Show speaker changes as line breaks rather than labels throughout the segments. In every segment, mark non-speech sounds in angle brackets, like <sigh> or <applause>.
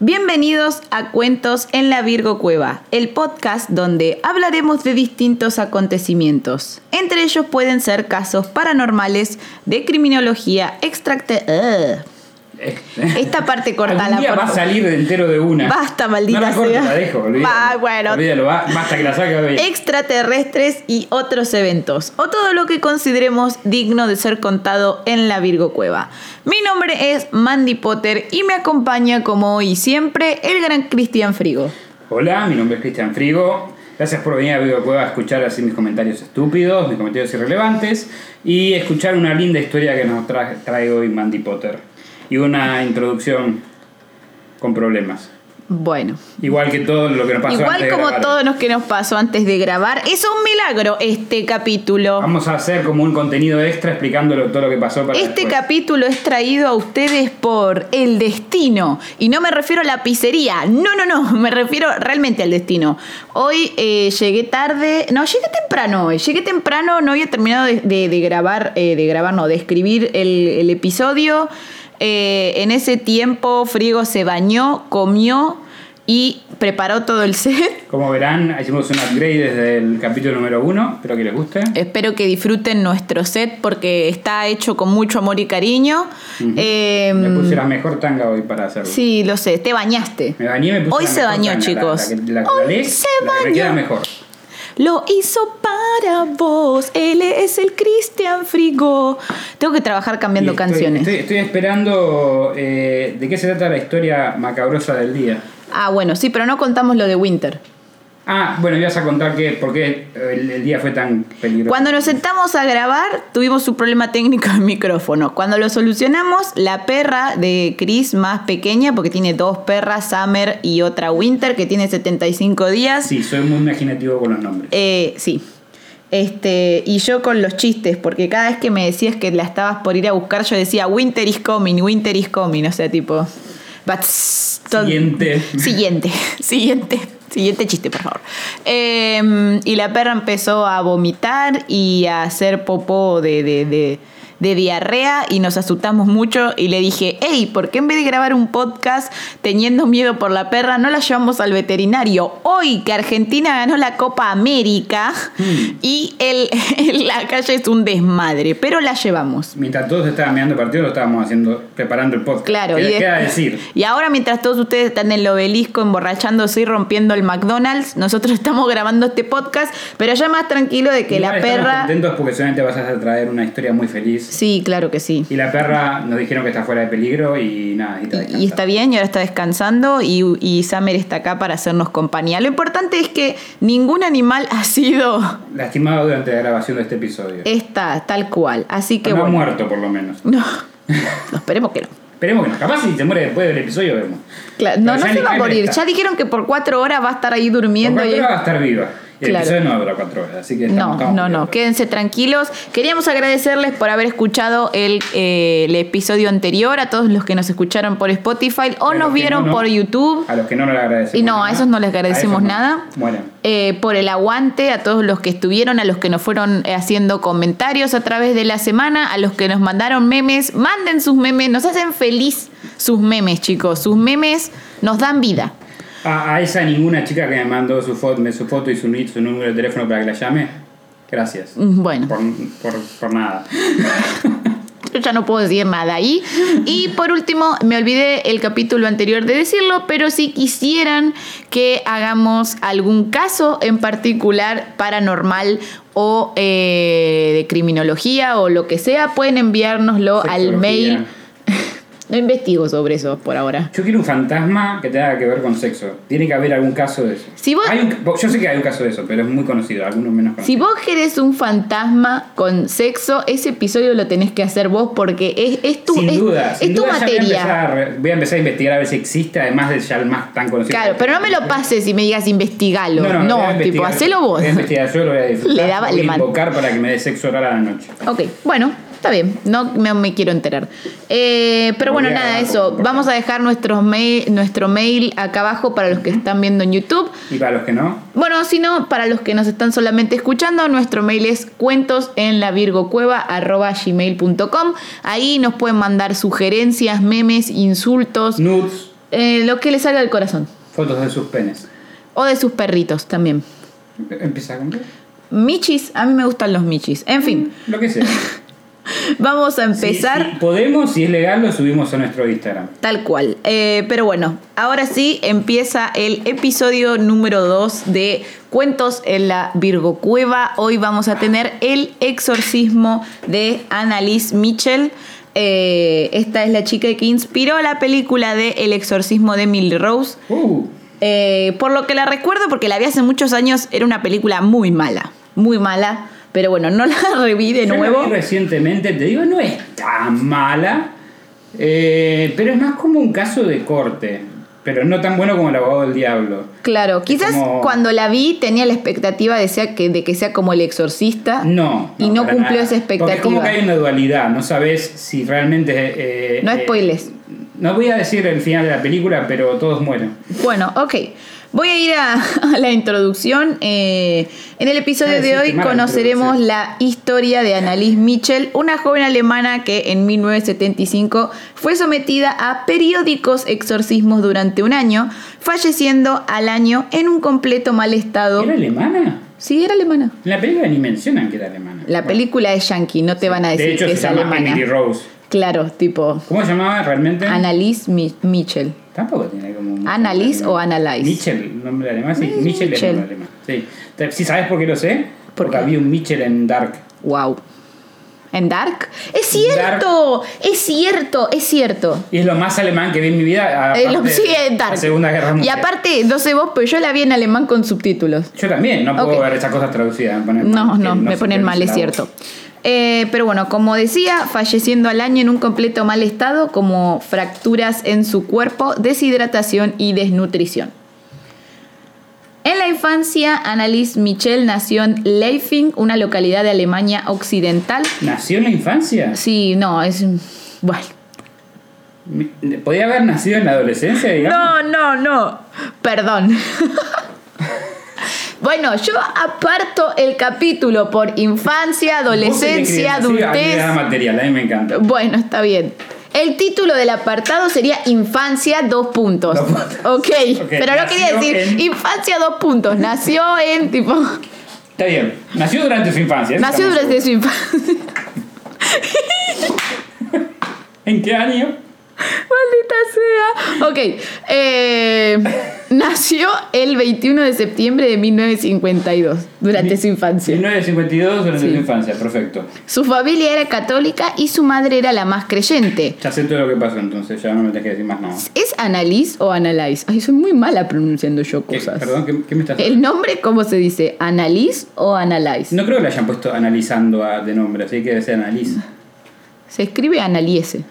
Bienvenidos a Cuentos en la Virgo Cueva, el podcast donde hablaremos de distintos acontecimientos. Entre ellos pueden ser casos paranormales, de criminología, extracte... Ugh. Esta
<laughs>
parte corta
Este,
la
Algún día va a salir entero de una.
Basta, maldita
no la corto,
sea.
la dejo, olvídalo.
Ah, bueno. Eh.
Olvídalo, va- basta que la saque. olvídalo.
extraterrestres y otros eventos, o todo lo que consideremos digno de ser contado en la Virgo Cueva. Mi nombre es Mandy Potter y me acompaña como hoy y siempre el gran Cristian Frigo.
Hola, mi nombre es Cristian Frigo. Gracias por venir a Vivo Cueva a escuchar así mis comentarios estúpidos, mis comentarios irrelevantes y escuchar una linda historia que nos tra- trae hoy Mandy Potter. Y una introducción con problemas.
Bueno,
Igual que todo lo que nos pasó antes
igual
de
como
grabar.
todo lo que nos pasó antes de grabar, es un milagro este capítulo.
Vamos a hacer como un contenido extra explicándolo todo lo que pasó para
Este
después.
capítulo es traído a ustedes por el destino. Y no me refiero a la pizzería. No, no, <laughs> no. Me refiero realmente al destino. Hoy eh, llegué tarde. No, llegué temprano hoy. Llegué temprano. No había terminado de, de- de grabar, eh, de grabar, no, de escribir el, el episodio. Eh, en ese tiempo, Frigo se bañó, comió y preparó todo el <laughs> set.
Como verán, hicimos un upgrade desde el capítulo número uno. Espero que les guste.
Espero que disfruten nuestro set porque está hecho con mucho amor y cariño. Eh,
Me puse la mejor tanga hoy para hacerlo.
Sí, lo sé, te bañaste.
Me bañé, me puse
Hoy
la
se
mejor
bañó,
tanga, la-
chicos.
la que- la que
Hoy
lees,
se
la que me
bañó.
queda mejor.
Lo hizo para vos. Él es el Cristian Frigo. Tengo que trabajar cambiando
Y estoy-
canciones.
Estoy, estoy esperando eh, de qué se trata la historia macabrosa del día.
Ah, bueno, sí, pero no contamos lo de Winter.
Ah, bueno, ibas a contar que por qué el, el día fue tan peligroso.
Cuando nos sentamos a grabar, tuvimos un problema técnico del micrófono. Cuando lo solucionamos, la perra de Chris más pequeña, porque tiene dos perras, Summer y otra Winter, que tiene 75 días.
Sí, soy muy imaginativo con los nombres.
Eh, sí. Este, y yo con los chistes, porque cada vez que me decías que la estabas por ir a buscar, yo decía Winter is coming, Winter is coming. O sea, tipo. but-
Siguiente.
<laughs> Siguiente, siguiente, siguiente chiste, por favor. Eh, y la perra empezó a vomitar y a hacer popó de, de- de- de diarrea y nos asustamos mucho y le dije, hey, ¿por qué en vez de grabar un podcast teniendo miedo por la perra, no la llevamos al veterinario? Hoy que Argentina ganó la Copa América y el- <laughs> la calle es un desmadre, pero la llevamos.
Mientras todos estaban mirando el partido, lo estábamos haciendo, preparando el podcast.
Claro,
¿Qué
y,
les
es-
queda decir?
y ahora mientras todos ustedes están en el obelisco emborrachándose y rompiendo el McDonald's, nosotros <laughs> estamos grabando este podcast, pero ya más tranquilo de que
Igual
la
estamos
perra...
contentos porque solamente vas a traer una historia muy feliz.
Sí, claro que sí.
Y la perra nos dijeron que está fuera de peligro y nada, y está
Y, y está bien, y ahora está descansando y, y Summer está acá para hacernos compañía. Lo importante es que ningún animal ha sido
Lastimado durante la grabación de este episodio.
esta tal cual. Así que
no ha
Eh, bueno.
muerto, por lo menos.
No, no, esperemos que no.
Esperemos que no. Capaz si se muere después del episodio, vemos.
Claro, no,
Pero
no
ya
se
ni
va a
Jaime
morir.
está.
Ya dijeron que por cuatro horas va a estar ahí
Por
durmiendo.
cuatro
y-
horas va a estar viva. Y el
Claro.
episodio no dura cuatro horas, así que estamos,
No,
estamos
no, no,
cubiertos.
quédense tranquilos. Queríamos agradecerles por haber escuchado el, eh, el episodio anterior, a todos los que nos escucharon por Spotify o
A los
nos
que
vieron
no, no.
por YouTube.
A los que no, no le agradecemos.
Y no, a esos no les agradecemos
A esos no.
nada.
Bueno,
Eh, por el aguante, a todos los que estuvieron, a los que nos fueron eh, haciendo comentarios a través de la semana, a los que nos mandaron memes, manden sus memes, nos hacen feliz sus memes, chicos. Sus memes nos dan vida.
a, a esa ninguna chica que me mandó su foto, su foto y su, ni- su número de teléfono para que la llame, gracias.
Mm, Bueno.
Por, por, por nada.
Yo ya no puedo decir nada ahí. Y por último, me olvidé el capítulo anterior de decirlo, pero si quisieran que hagamos algún caso en particular paranormal o eh, de criminología o lo que sea, pueden enviárnoslo al
Sexología.
mail. No investigo sobre eso por ahora.
Yo quiero un fantasma que tenga que ver con sexo. Tiene que haber algún caso de eso.
Si vos-
Hay un- yo sé que hay un caso de eso, pero es muy conocido, algunos menos
Si
conocidos.
vos querés un fantasma con sexo, ese episodio lo tenés que hacer vos porque es, es tu,
sin
es-
duda,
es
sin
tu
duda ya Voy a,
materia.
empezar, a re- voy a empezar a investigar a ver si existe, además de ya el más tan conocido.
Claro, pero no me lo pases y me digas investigalo. No,
voy a
tipo,
investigar.
hacelo vos.
Voy a investigar, yo
<laughs>
lo voy a disfrutar.
Le daba-
voy
le
a
man-
invocar para que me dé sexo oral a la noche.
Ok, bueno, está bien, no me, me quiero enterar. Eh, pero
Voy
bueno,
a-
nada, eso. Vamos a dejar nuestros mail, nuestro mail acá abajo para los que están viendo en YouTube.
Y para los que no,
Bueno, si no, para los que nos están solamente escuchando, nuestro mail es cuentos en la Ahí nos pueden mandar sugerencias, memes, insultos.
nudes.
Eh, lo que le salga del corazón.
Fotos de sus penes.
O de sus perritos también.
Empieza a comprar.
Michis, a mí me gustan los michis. En fin,
Lo que sea.
vamos a <laughs>
Si-
empezar.
si podemos, si es legal, lo subimos a nuestro Instagram.
Tal cual. Eh, pero bueno, ahora sí empieza el episodio número 2 de Cuentos en la Virgo Cueva. Hoy vamos a tener el exorcismo de Annalise Mitchell. Eh, esta es la chica que inspiró la película de El exorcismo de Milly Rose.
Uh,
Eh, por lo que la recuerdo, porque la vi hace muchos años, era una película muy mala, muy mala. Pero bueno, no la <laughs> reví de
yo la
nuevo.
vi recientemente, te digo, no es tan mala, eh, pero es más como un caso de corte. Pero no tan bueno como el abogado del diablo.
Claro, quizás
como-
cuando la vi tenía la expectativa de, sea que, de que sea como el exorcista.
No.
Y no
para
cumplió
nada.
esa expectativa.
Porque es como que hay una dualidad, no sabes si realmente. eh,
No
eh,
spoiles.
no voy a decir el final de la película, pero todos mueren.
Bueno, ok. Voy a ir a, <laughs> a la introducción. Eh, en el episodio
Ah, sí,
de hoy
qué mala
conoceremos
introducción.
la historia de Annalise Mitchell, una joven alemana que en 1975 fue sometida a periódicos exorcismos durante un año, falleciendo al año en un completo mal estado.
¿Era alemana?
Sí, era alemana.
En la película ni mencionan que era alemana.
La película es yankee, no te van a decir
Ah. De hecho,
que
se
es
llama
alemana. Ah,
Emily Rose.
Claro, tipo
¿Cómo se llamaba realmente?
Annalise Mi- Mitchell.
Tampoco tiene como. mucho
Annalise
nombre
o
alemán.
Annalise.
Mitchell, nombre alemán, sí.
Mm,
Mitchell es
Mitchell.
nombre alemán. Sí. Te- ¿Sí sabes por qué lo sé?
¿Por
Porque
qué?
había un Mitchell en Dark.
Wow. ¿En Dark? ¡Es
En Dark.
cierto! ¡Es cierto! ¡Es cierto!
Y es lo más alemán que vi en mi vida.
Eh, lo-
aparte
sí,
de
en Dark.
La Segunda Guerra
Y
Mundial.
aparte, no sé vos, pero yo la vi en alemán con subtítulos.
Yo también, no puedo
Ok.
ver esas cosas traducidas. me ponen
No,
mal,
no,
que
me
se
ponen
entiende
mal, es
la
cierto.
voz.
Eh, pero bueno, como decía, falleciendo al año en un completo mal estado, como fracturas en su cuerpo, deshidratación y desnutrición. En la infancia, Annalise Michel nació en Leifing, una localidad de Alemania Occidental.
¿Nació en la infancia?
Sí, no, es. Bueno.
Mi- ¿Podía haber nacido en la adolescencia, digamos?
No, no, no. Perdón. <laughs> bueno, yo aparto el capítulo por infancia, adolescencia,
Vos tenés
adultez.
que Ah, decir habilidad material, a mí me encanta.
Bueno, está bien. El título del apartado sería Infancia, dos puntos.
Dos puntos.
<laughs> Ok, pero no quería
nació
decir
en-
Infancia, dos puntos. Nació en, tipo,
Está bien. Nació durante su infancia. eso
nació
estamos
durante su infancia.
seguros. ¿En qué año?
Maldita sea. Ok. eh,
<laughs>
nació el 21 de septiembre de 1952, durante su infancia.
1952 durante
Sí.
su infancia, perfecto.
Su familia era católica y su madre era la más creyente.
Ya sé todo lo que pasó entonces, ya no me tenés que decir más nada.
¿Es Annalise o Annalise? Ay, soy muy mala pronunciando yo
¿Qué?
cosas.
Eh, Perdón, ¿qué, qué me estás
¿El nombre cómo se dice? ¿Annalise o Annalise?
No creo que le hayan puesto analizando a- de nombre, así que debe ser analiza.
Se escribe Annalise.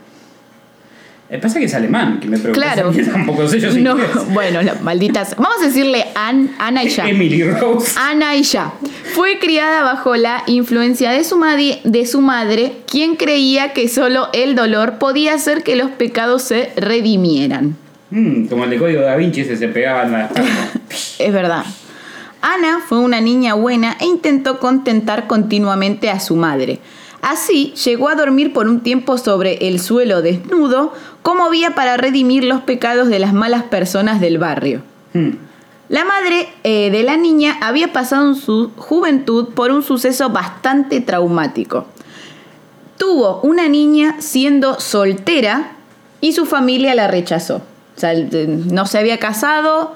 Eh, pasa que es alemán, que me preguntas.
Claro.
Yo <laughs> tampoco sé, yo soy
no, <laughs>
inglés.
bueno, la- malditas. Vamos a decirle An, Ana y
<laughs>
ya.
Emily Rose.
Ana y ya. Fue criada bajo la influencia de su, madi- de su madre, quien creía que solo el dolor podía hacer que los pecados se redimieran.
Mm, como el de código da Vinci, ese se
<laughs>
pegaban las.
Es verdad. Ana fue una niña buena e intentó contentar continuamente a su madre. Así llegó a dormir por un tiempo sobre el suelo desnudo como vía para redimir los pecados de las malas personas del barrio.
Mm.
La madre eh, de la niña había pasado en su juventud por un suceso bastante traumático. Tuvo una niña siendo soltera y su familia la rechazó. O sea, el- de- no se había casado,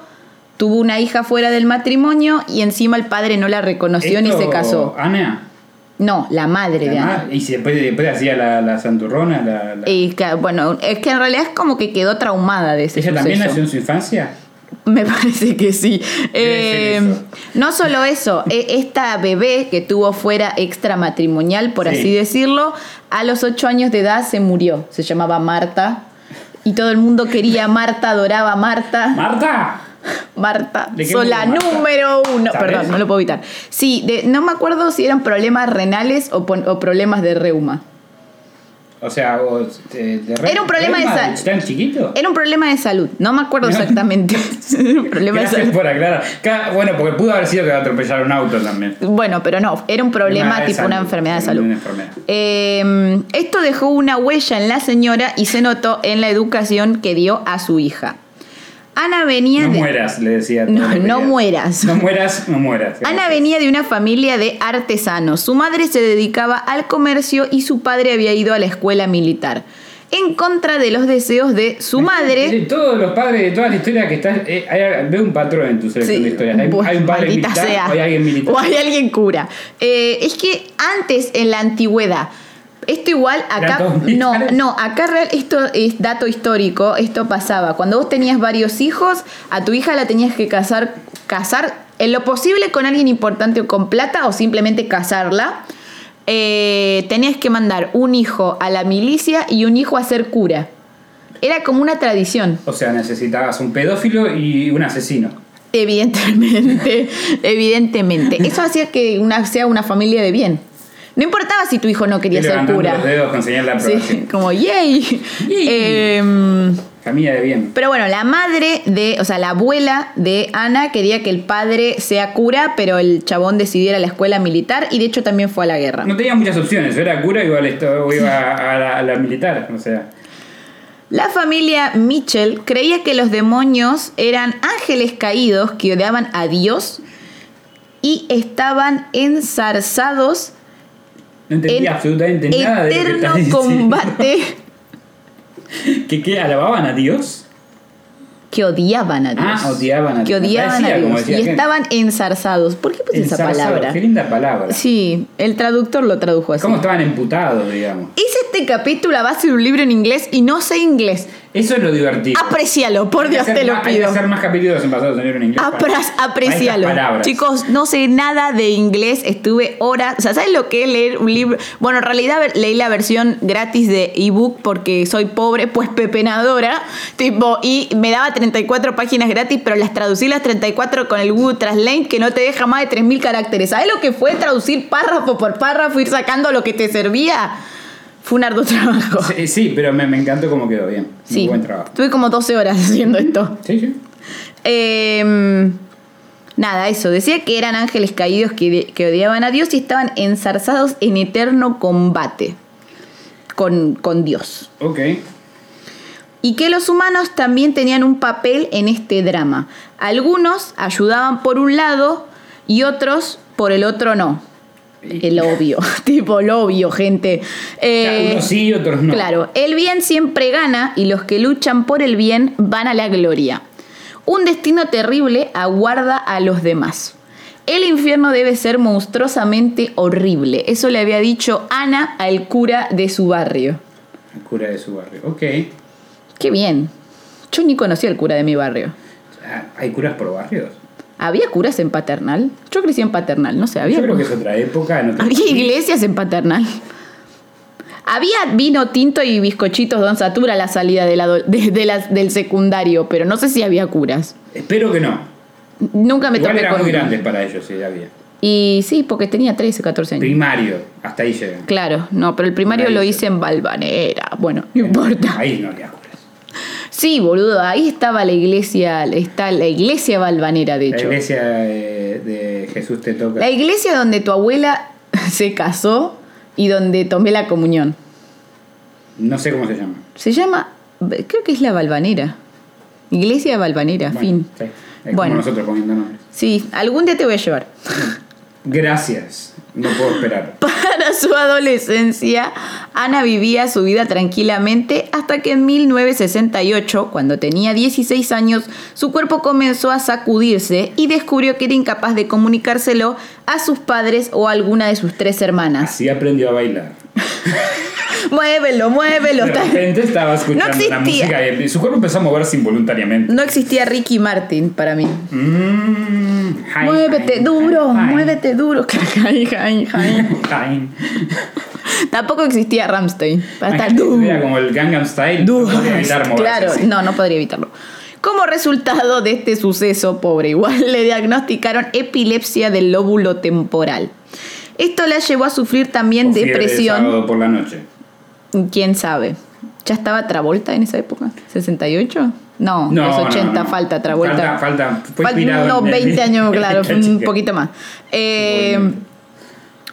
tuvo una hija fuera del matrimonio y encima el padre no la reconoció ni
Esto,
se casó.
Ana.
No, la madre de
la
Ana.
ma- y si después, después hacía la, la santurrona. La, la-
Y que, bueno, es que en realidad es como que quedó traumada de ese
¿Ella también
suceso.
nació en su infancia?
Me parece que sí.
Debe
Eh,
ser eso.
no solo eso, e- esta bebé que tuvo fuera extramatrimonial, por
Sí.
así decirlo, a los ocho años de edad se murió. Se llamaba Marta. Y todo el mundo quería a Marta, adoraba a Marta.
¡Marta!
Marta,
¿De qué
sola
murió Marta?
número uno.
¿Sabes?
Perdón, no lo puedo evitar. Sí, de- no me acuerdo si eran problemas renales o, pon- o problemas de reuma.
O sea, vos, eh, de re-
Era un problema de
reuma,
sal-
¿Tan chiquito?
Era un problema de salud, no me acuerdo exactamente. <laughs> Era un problema de
Gracias
salud.
por aclarar. Ca- Bueno, porque pudo haber sido que atropellaron un auto también.
Bueno, pero no, era un problema
Enfermedad de
tipo una
salud.
enfermedad de
Una
salud.
enfermedad.
Eh, esto dejó una huella en la señora y se notó en la educación que dio a su hija.
Ana venía
No
de.
mueras, le decía. todos
<laughs> No,
los
no
días.
mueras.
No mueras, no mueras.
Ana
Gracias.
venía de una familia de artesanos. Su madre se dedicaba al comercio y su padre había ido a la escuela militar. En contra de los deseos de su
De
madre,
todos los padres de todas las historias que estás. eh, hay- veo un patrón en tu selección
Sí,
de historias. Hay,
bueno,
hay un padre
maldita
militar
sea.
o hay
<laughs>
alguien militar.
O hay alguien cura. Eh, es que antes, en la antigüedad, esto igual acá.
todos
No,
militares?
no, acá real, esto es dato histórico, esto pasaba. Cuando vos tenías varios hijos, a tu hija la tenías que casar, casar en lo posible con alguien importante o con plata, o simplemente casarla. Eh, tenías que mandar un hijo a la milicia y un hijo a ser cura. Era como una tradición.
O sea, necesitabas un pedófilo y un asesino. <laughs>
Evidentemente, evidentemente. Eso hacía que una, sea una familia de bien. No importaba si tu hijo no quería
Estoy
ser
levantando los
cura.
dedos con señal de aprobación.
Sí, como yay.
Yay.
Em,
Camila de bien.
pero bueno, la madre de, o sea, la abuela de Ana quería que el padre sea cura, pero el chabón decidió ir a la escuela militar y de hecho también fue a la guerra.
No tenía muchas opciones. O era cura o iba, al esto- o iba a, la, a la militar. O sea,
La familia Mitchell creía que los demonios eran ángeles caídos que odiaban a Dios y estaban ensarzados
no entendía
En
absolutamente nada de lo que
eterno
estás diciendo.
combate
<laughs> ¿Que, que alababan a Dios?
que odiaban a Dios.
Ah, odiaban a Dios.
Que odiaban
Parecía,
a
como
Dios.
decía
y
gente.
estaban ensarzados. ¿Por qué puse esa
Ensalzado.
palabra?
Qué linda palabra.
Sí, el traductor lo tradujo así.
¿Cómo estaban emputados, digamos?
Es este capítulo a base de un libro en inglés y no sé inglés.
Eso es lo divertido.
Aprecialo, Ah, por
Hay que
Dios
hacer
te lo
más- Hay que
pido.
hacer más capítulos en pasado señor en inglés. para- para
Apras-
estas
aprecialo.
palabras.
Chicos, no sé nada de inglés, estuve horas. O sea, ¿sabes lo que es leer un libro? Bueno, en realidad ver- leí la versión gratis de ebook porque soy pobre, pues pepenadora. Tipo, y me daba 34 páginas gratis, pero las traducí las 34 con el Google Translate que no te deja más de 3.000 caracteres. ¿Sabes lo que fue traducir párrafo por párrafo, ir sacando lo que te servía? Fue un arduo <laughs> trabajo.
Sí, eh, sí, pero me, me encantó cómo quedó bien. Muy buen trabajo.
Estuve como 12 horas haciendo esto.
Sí, sí.
Eh, nada, eso. Decía que eran ángeles caídos que, que odiaban a Dios y estaban ensarzados en eterno combate con, con Dios.
Ok.
Y que los humanos también tenían un papel en este drama. Algunos ayudaban por un lado y otros por el otro no. El obvio, <laughs> tipo el obvio, gente. Eh,
unos sí y otros no.
Claro, el bien siempre gana y los que luchan por el bien van a la gloria. Un destino terrible aguarda a los demás. El infierno debe ser monstruosamente horrible. Eso le había dicho Ana al cura de su barrio.
El cura de su barrio. Ok.
Qué bien. Yo ni conocía al cura de mi barrio.
Ah, ¿Hay curas por barrios?
¿Había curas en paternal? Yo crecí en paternal, no sé, había.
Yo creo que es otra época. en otro-
Había
<laughs>
iglesias en Paternal. Había vino tinto y bizcochitos Don Satura a la salida de la do- de- de la- del secundario, pero no sé si había curas.
Espero que no.
Nunca me
Igual
topé
eran
con
muy
uno.
grandes para ellos, sí, había.
Y sí, porque tenía 13, 14 años.
Primario. Hasta ahí llegan.
claro, no, pero el primario lo
Ahí.
hice en Balvanera. Bueno, no importa.
Ahí no había curas.
Sí, boludo, ahí estaba la iglesia, está la iglesia Balvanera, de
La
hecho.
iglesia de, de Jesús te toca.
La iglesia donde tu abuela <laughs> se casó y donde tomé la comunión.
No sé cómo se llama.
Se llama, creo que es la Balvanera. Iglesia Balvanera,
Bueno,
fin.
sí. Es
Bueno.
como nosotros poniendo nombres.
Sí, algún día te voy a llevar. <laughs>
Gracias. No puedo esperar.
Para su adolescencia, Ana vivía su vida tranquilamente hasta que en 1968, cuando tenía 16 años, su cuerpo comenzó a sacudirse y descubrió que era incapaz de comunicárselo a sus padres o a alguna de sus tres hermanas.
Así aprendió a bailar.
Muévelo, muévelo.
De
está-
repente estaba escuchando
existía.
la música y em- su cuerpo empezó a moverse involuntariamente.
No existía Ricky Martin para mí.
Mm, jain,
Muévete
jain,
duro,
jain, <laughs>
muévete duro. <laughs> Jain, jain, jain.
jain.
<laughs> Tampoco existía Ramstein. Para estar du-
Era como el Gangnam Style.
du-
no podía evitar moverse.
<laughs> Claro,
Sí.
no, no podría evitarlo. Como resultado de este suceso, pobre igual, <laughs> le diagnosticaron epilepsia del lóbulo temporal. Esto la llevó a sufrir también
O fiebre de
depresión.
sábado por la noche.
¿Quién sabe? ¿Ya estaba Travolta en esa época? ¿68? No,
No,
los
no,
80,
no.
falta Travolta.
Falta- falta, fue
Fal-
inspirado
no,
en el-
20
<laughs>
años, claro,
Qué
un
chica.
poquito más. Eh,
Movimiento.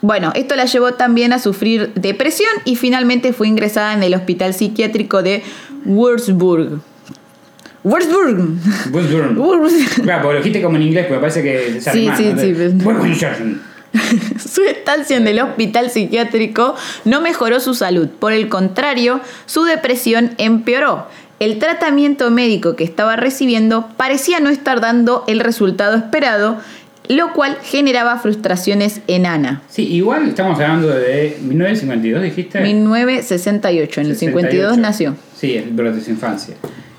bueno, esto la llevó también a sufrir depresión y finalmente fue ingresada en el hospital psiquiátrico de Würzburg. <laughs> Wurzburg.
Woodburn.
Wurzburg.
Claro, porque lo dijiste como en inglés, porque parece que es
Sí,
alemán.
sí,
¿no?
sí, pero-
Wurzburg.
<laughs> Su estancia en el hospital psiquiátrico no mejoró su salud. Por el contrario, su depresión empeoró. El tratamiento médico que estaba recibiendo parecía no estar dando el resultado esperado, lo cual generaba frustraciones en Ana.
Sí, igual estamos hablando de 1952, dijiste.
1968, en el 52
68.
nació.
Sí, el brote de su infancia.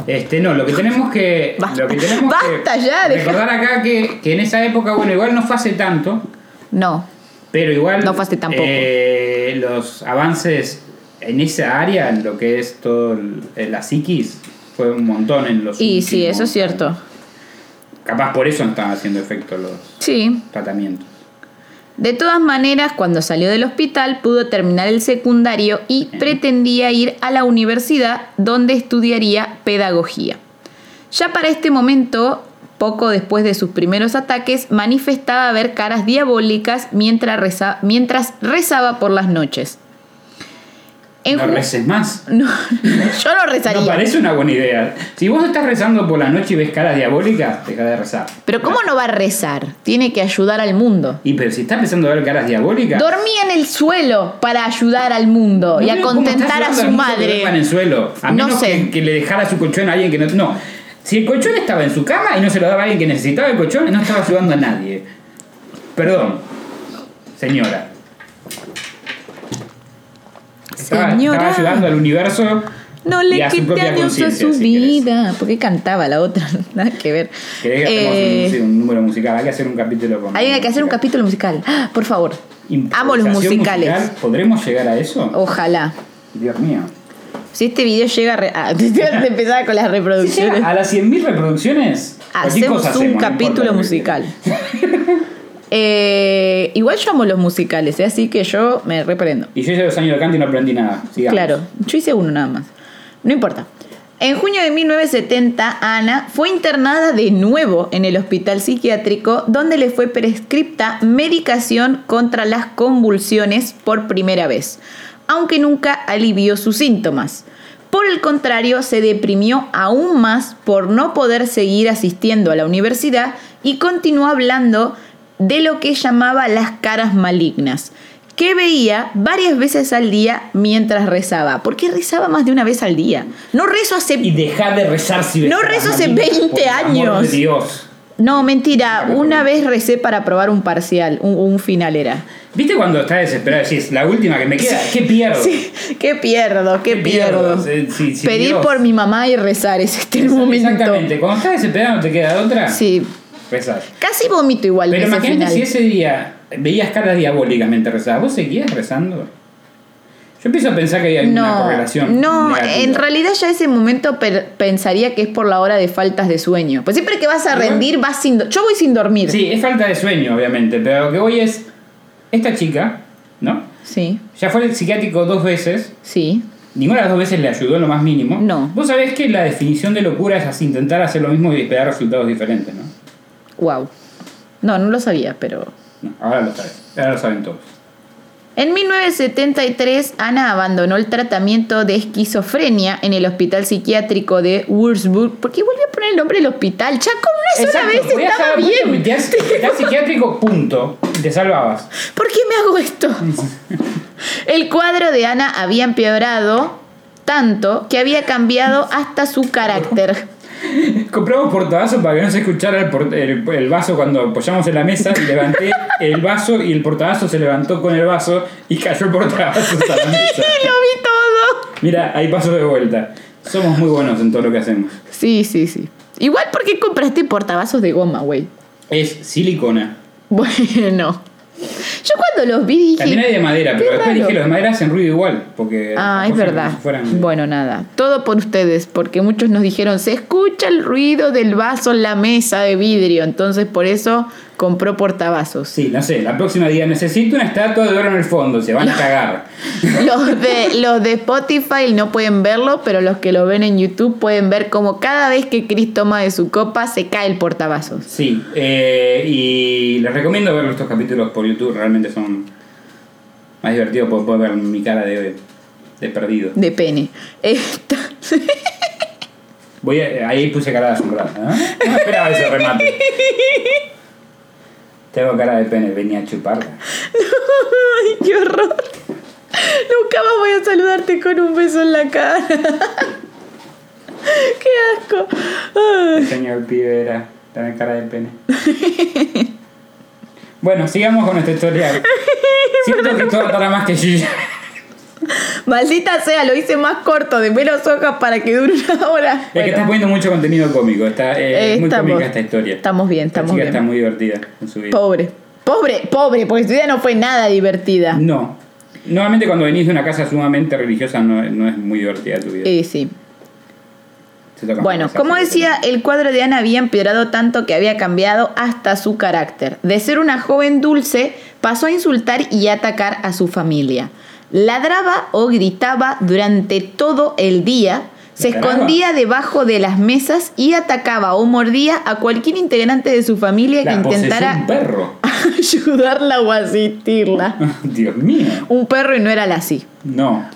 Este, no, lo que tenemos que.
<laughs> Basta.
lo que tenemos
Basta
que
ya, deja-
Recordar acá que, que en esa época, bueno, igual no fue hace tanto,
No,
pero igual.
No fue hace tampoco.
eh, los avances en esa área, en lo que es todo el- eh, la psiquis, fue un montón en los.
y
últimos-
sí, eso es cierto.
Capaz por eso no están haciendo efecto los
Sí,
tratamientos.
De todas maneras, cuando salió del hospital pudo terminar el secundario y pretendía ir a la universidad donde estudiaría pedagogía. Ya para este momento, poco después de sus primeros ataques, manifestaba ver caras diabólicas mientras, reza- mientras rezaba por las noches. En
No
ju-
reces más.
<laughs> No, yo no rezaría.
No parece una buena idea. Si vos estás rezando por la noche y ves caras diabólicas, deja de rezar.
Pero ¿cómo no va a rezar? Tiene que ayudar al mundo.
Y pero si estás empezando a ver caras diabólicas.
Dormía en el suelo para ayudar al mundo y a contentar a su madre.
En el suelo. A
No
menos
sé.
Que, que le dejara su colchón a alguien que no. No. Si el colchón estaba en su cama y no se lo daba a alguien que necesitaba el colchón, no estaba ayudando a nadie. Perdón, señora. Estaba,
Señora.
estaba ayudando al universo.
No
y
le
a su
quité
propia
a Dios a
conciencia,
su
si querés.
vida. ¿Por qué cantaba la otra? <laughs> Nada que ver.
¿Querés que hagamos
Eh,
un- sí, un, número musical? Hay que hacer un capítulo con.
hay que hacer un capítulo musical. ¡Ah! Por favor. Amo los
Improvisación
musicales.
musical. ¿Podremos llegar a eso?
Ojalá.
Dios mío.
Si este video llega a <laughs> re- ah, te empezaba con las
Si
reproducciones.
llega a las 100.000 reproducciones, cualquier
Hacemos
cosa
un
hacemos, no
capítulo
importa.
musical. Eh, igual yo amo los musicales, ¿eh? así que yo me reprendo.
Y yo hice dos años de canto y no aprendí nada. Sigamos.
Claro, yo hice uno nada más. No importa. En junio de 1970, Ana fue internada de nuevo en el hospital psiquiátrico, donde le fue prescripta medicación contra las convulsiones por primera vez, aunque nunca alivió sus síntomas. Por el contrario, se deprimió aún más por no poder seguir asistiendo a la universidad y continuó hablando de lo que llamaba las caras malignas, que veía varias veces al día mientras rezaba. ¿Por qué rezaba más de una vez al día? No rezo
Y
hace...
deja de rezar si ves
No
caras
rezo hace
malignas,
20
por el amor
años.
de Dios.
No, mentira, una vez recé para probar un parcial, un, un final era. <laughs>
¿Viste cuando estás desesperado? Decís, la última que me queda, ¿qué pierdo?
Sí, qué pierdo, qué,
¿Qué
pierdo.
pierdo? Sí, sí, sí,
Pedir
Dios.
por mi mamá y rezar <laughs> es este el momento.
Exactamente. Cuando estás desesperado no te queda otra,
Sí,
rezás.
casi vomito igual
Pero
en ese
imagínate
final.
si ese día veías caras diabólicas mientras rezabas. ¿Vos seguías rezando? Yo empiezo a pensar que hay alguna correlación.
No,
negativa.
en realidad ya ese momento per- pensaría que es por la hora de faltas de sueño. Pues siempre que vas a
Igual.
rendir, vas sin. do- Yo voy sin dormir.
Sí, es falta de sueño, obviamente. Pero lo que voy es. Esta chica, ¿no?
Sí,
Ya fue al psiquiátrico dos veces.
sí.
Ninguna de las dos veces le ayudó en lo más mínimo.
No.
Vos sabés que la definición de locura es así, intentar hacer lo mismo y esperar resultados diferentes, ¿no?
Wow. No, no lo sabía, pero.
No, ahora lo sabes. Ahora lo saben todos.
En 1973, Ana abandonó el tratamiento de esquizofrenia en el hospital psiquiátrico de Würzburg. Porque volvió a poner el nombre del hospital. Ya con una sola vez
podías
estaba
haber puesto
bien.
que te has- que te has psiquiátrico, punto. Y te salvabas.
¿Por qué me hago
<laughs>
esto? El cuadro de Ana había empeorado tanto que había cambiado hasta su
<laughs>
carácter.
Compramos portavasos para que no se escuchara el, por- el- el vaso cuando apoyamos en la mesa y levanté el vaso y el portavasos se levantó con el vaso y cayó el portavasos a la mesa.
Lo vi todo.
Mira, ahí pasó de vuelta. Somos muy buenos en todo lo que hacemos.
Sí, sí, sí. Igual porque compraste portavasos de goma, güey. <laughs>
Es silicona.
Bueno. Yo cuando los vi
También hay
dije...
de madera, pero
Qué
después
raro.
dije los de madera hacen ruido igual. Porque
Ah, es
como si
verdad.
fueran de-
Bueno, nada. Todo por ustedes, porque muchos nos dijeron, se escucha el ruido del vaso en la mesa de vidrio. Entonces por eso compró portavasos.
Sí, no sé, la próxima día necesito una estatua de oro en el fondo, se
<laughs>
van a cagar.
Los de, los de Spotify no pueden verlo, pero los que lo ven en YouTube pueden ver cómo cada vez que Chris toma de su copa se cae el portavasos.
Sí, eh, y les recomiendo ver estos capítulos por YouTube, realmente son más divertidos porque pueden ver mi cara de, de perdido.
De pene. Esta-
Voy a- ahí puse cara de asombrado. ¿no? No me esperaba ese remate. Tengo cara de pene, venía a
<laughs>
chuparla.
Ay, qué horror. Nunca más voy a saludarte con un beso en la cara. <laughs> Qué asco.
El
Ay.
señor pibe era tener cara de pene. Bueno, sigamos con nuestra historia. Siento que todo tarda más que yo.
Maldita sea, lo hice más corto, de menos hojas para que dure una hora.
Es que
Bueno,
estás poniendo mucho contenido cómico. Está eh,
eh,
muy
estamos-
cómica esta historia.
Estamos bien,
Esta
estamos
chica
bien.
está muy divertida en su vida.
Pobre. Pobre, pobre, porque su vida no fue nada divertida.
No. Normalmente cuando venís de una casa sumamente religiosa no, no es muy divertida tu vida.
Y sí.
Te toca
Bueno,
empezar.
como decía, el cuadro de Ana había empeorado tanto que había cambiado hasta su carácter. De ser una joven dulce, pasó a insultar y atacar a su familia. Ladraba o gritaba durante todo el día, se
Ladraba.
escondía debajo de las mesas y atacaba o mordía a cualquier integrante de su familia que
La
intentara
un perro. <laughs>
<laughs> ayudarla o asistirla.
Dios mío.
Un perro y no era así.
No.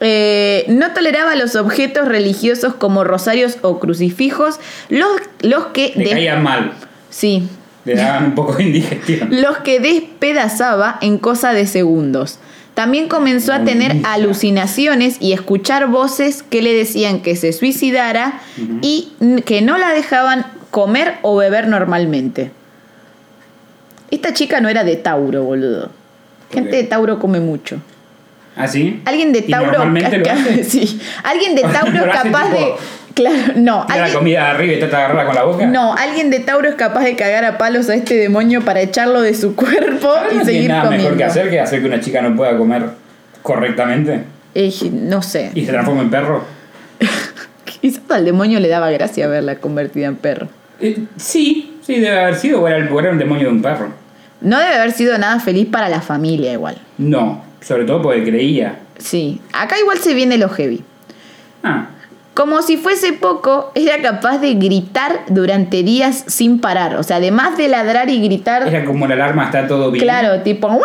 Eh, no toleraba los objetos religiosos como rosarios o crucifijos, los, los que
Le
des-
caía mal.
sí,
Le daban un poco
<laughs>
de indigestión.
los que despedazaba en cosa de segundos. También comenzó a tener
Mamita.
alucinaciones y escuchar voces que le decían que se suicidara y n- que no la dejaban comer o beber normalmente. Esta chica no era de Tauro, boludo. Gente
Ok.
de Tauro come mucho.
¿Ah, sí?
Alguien de
¿Y
Tauro.
normalmente lo
ca- <laughs>
hace?
sí. Alguien de
<laughs> Lo
Tauro es
hace
capaz
tipo-
de. Claro, no.
Tira la
Alguien,
comida de arriba y trata de agarrarla con la boca.
no, alguien de Tauro es capaz de cagar a palos a este demonio para echarlo de su <laughs> cuerpo
Ahora
y
no tiene
seguir
nada mejor que
comiendo.
hacer que hacer que una chica no pueda comer correctamente
Eh, no sé.
y se transforma en perro.
Quizás al demonio le daba gracia verla convertida en perro.
Eh, sí, sí, debe haber sido. O era, el- o era un demonio de un perro.
No debe haber sido nada feliz para la familia, igual.
No, sobre todo porque creía.
Sí. Acá igual se viene lo heavy.
Ah,
Como si fuese poco, era capaz de gritar durante días sin parar. O sea, además de ladrar y gritar.
era como la alarma está todo bien.
Claro, tipo. "Wiau".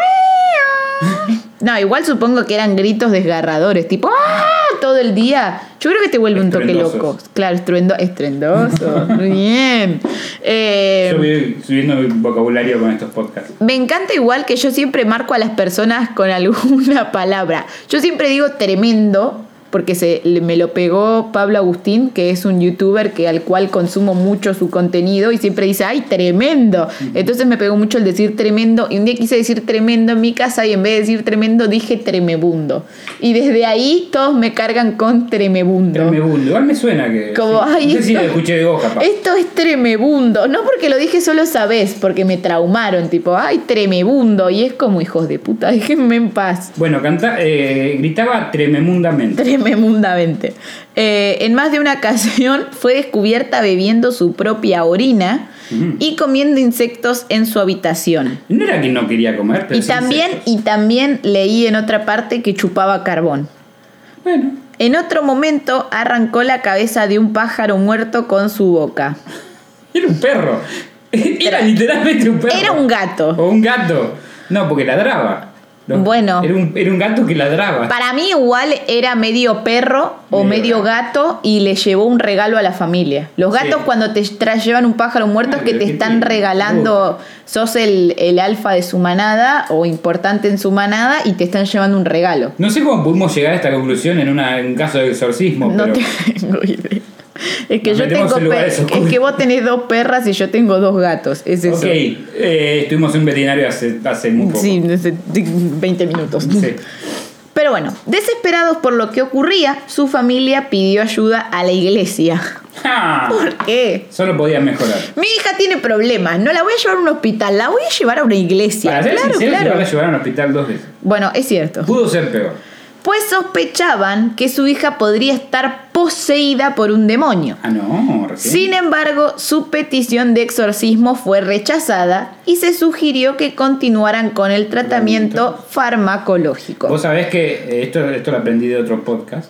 <laughs>
No, igual supongo que eran gritos desgarradores, tipo "¡Ah!", todo el día. Yo creo que te vuelve un toque
Estruendosos.
loco. Claro, estruendo,
<laughs>
estrendoso. Muy bien. Eh,
Yo voy subiendo mi vocabulario con estos podcasts.
me encanta igual que yo siempre marco a las personas con alguna <laughs> palabra. Yo siempre digo tremendo porque se, me lo pegó Pablo Agustín, que es un youtuber que, al cual consumo mucho su contenido y siempre dice, ¡ay, tremendo! Entonces me pegó mucho el decir tremendo y un día quise decir tremendo en mi casa y en vez de decir tremendo dije tremebundo. Y desde ahí todos me cargan con tremebundo.
Tremebundo. Igual me suena que.
Como,
sí.
ay,
no sé si
esto-
lo escuché de vos, capaz.
Esto es tremebundo. No porque lo dije solo sabés, porque me traumaron, tipo, ay, tremebundo. Y es como hijos de puta, <laughs> déjenme en paz.
Bueno, canta, eh, gritaba tremendamente.
Tremendamente. Eh, en más de una ocasión <laughs> fue descubierta bebiendo su propia orina
Mm.
y comiendo insectos en su habitación.
No era que no quería comer, pero
Y
sí
también,
insectos.
y también leí en otra parte que chupaba carbón.
Bueno,
En otro momento arrancó la cabeza de un pájaro muerto con su boca.
era un perro. <laughs> Era literalmente un perro.
Era un gato.
O un gato. No, porque ladraba. No,
Bueno.
Era un, era un gato que ladraba.
Para mí igual era medio perro o
Medio
medio gato y le llevó un regalo a la familia. Los gatos
Sí.
cuando te tra- llevan un pájaro muerto es
Ah,
que
pero
te
qué
están
te-
regalando, sos el, el alfa de su manada o importante en su manada y te están llevando un regalo.
No sé cómo pudimos llegar a esta conclusión en, una, en un caso de exorcismo,
No
pero
<laughs> tengo idea. Es que
Nos
yo
metemos
tengo
en lugares
per- es
oscuros.
que vos tenés dos perras y yo tengo dos gatos. Es eso.
Ok, eh, estuvimos en un veterinario hace, hace muy poco.
Sí, desde 20 minutos. <laughs>
Sí.
Pero bueno, desesperados por lo que ocurría, su familia pidió ayuda a la iglesia.
¡Ja!
¿Por qué?
Solo podía mejorar.
Mi hija tiene problemas, no la voy a llevar a un hospital, la voy a llevar a una iglesia.
Para ser
claro,
sincero,
claro.
llevarla a llevar a un hospital dos veces.
Bueno, es cierto.
Pudo ser peor.
Pues sospechaban que su hija podría estar poseída por un demonio.
Ah, no, recién.
Sin embargo, su petición de exorcismo fue rechazada y se sugirió que continuaran con el tratamiento farmacológico.
Vos sabés que eh, esto, esto lo aprendí de otro podcast.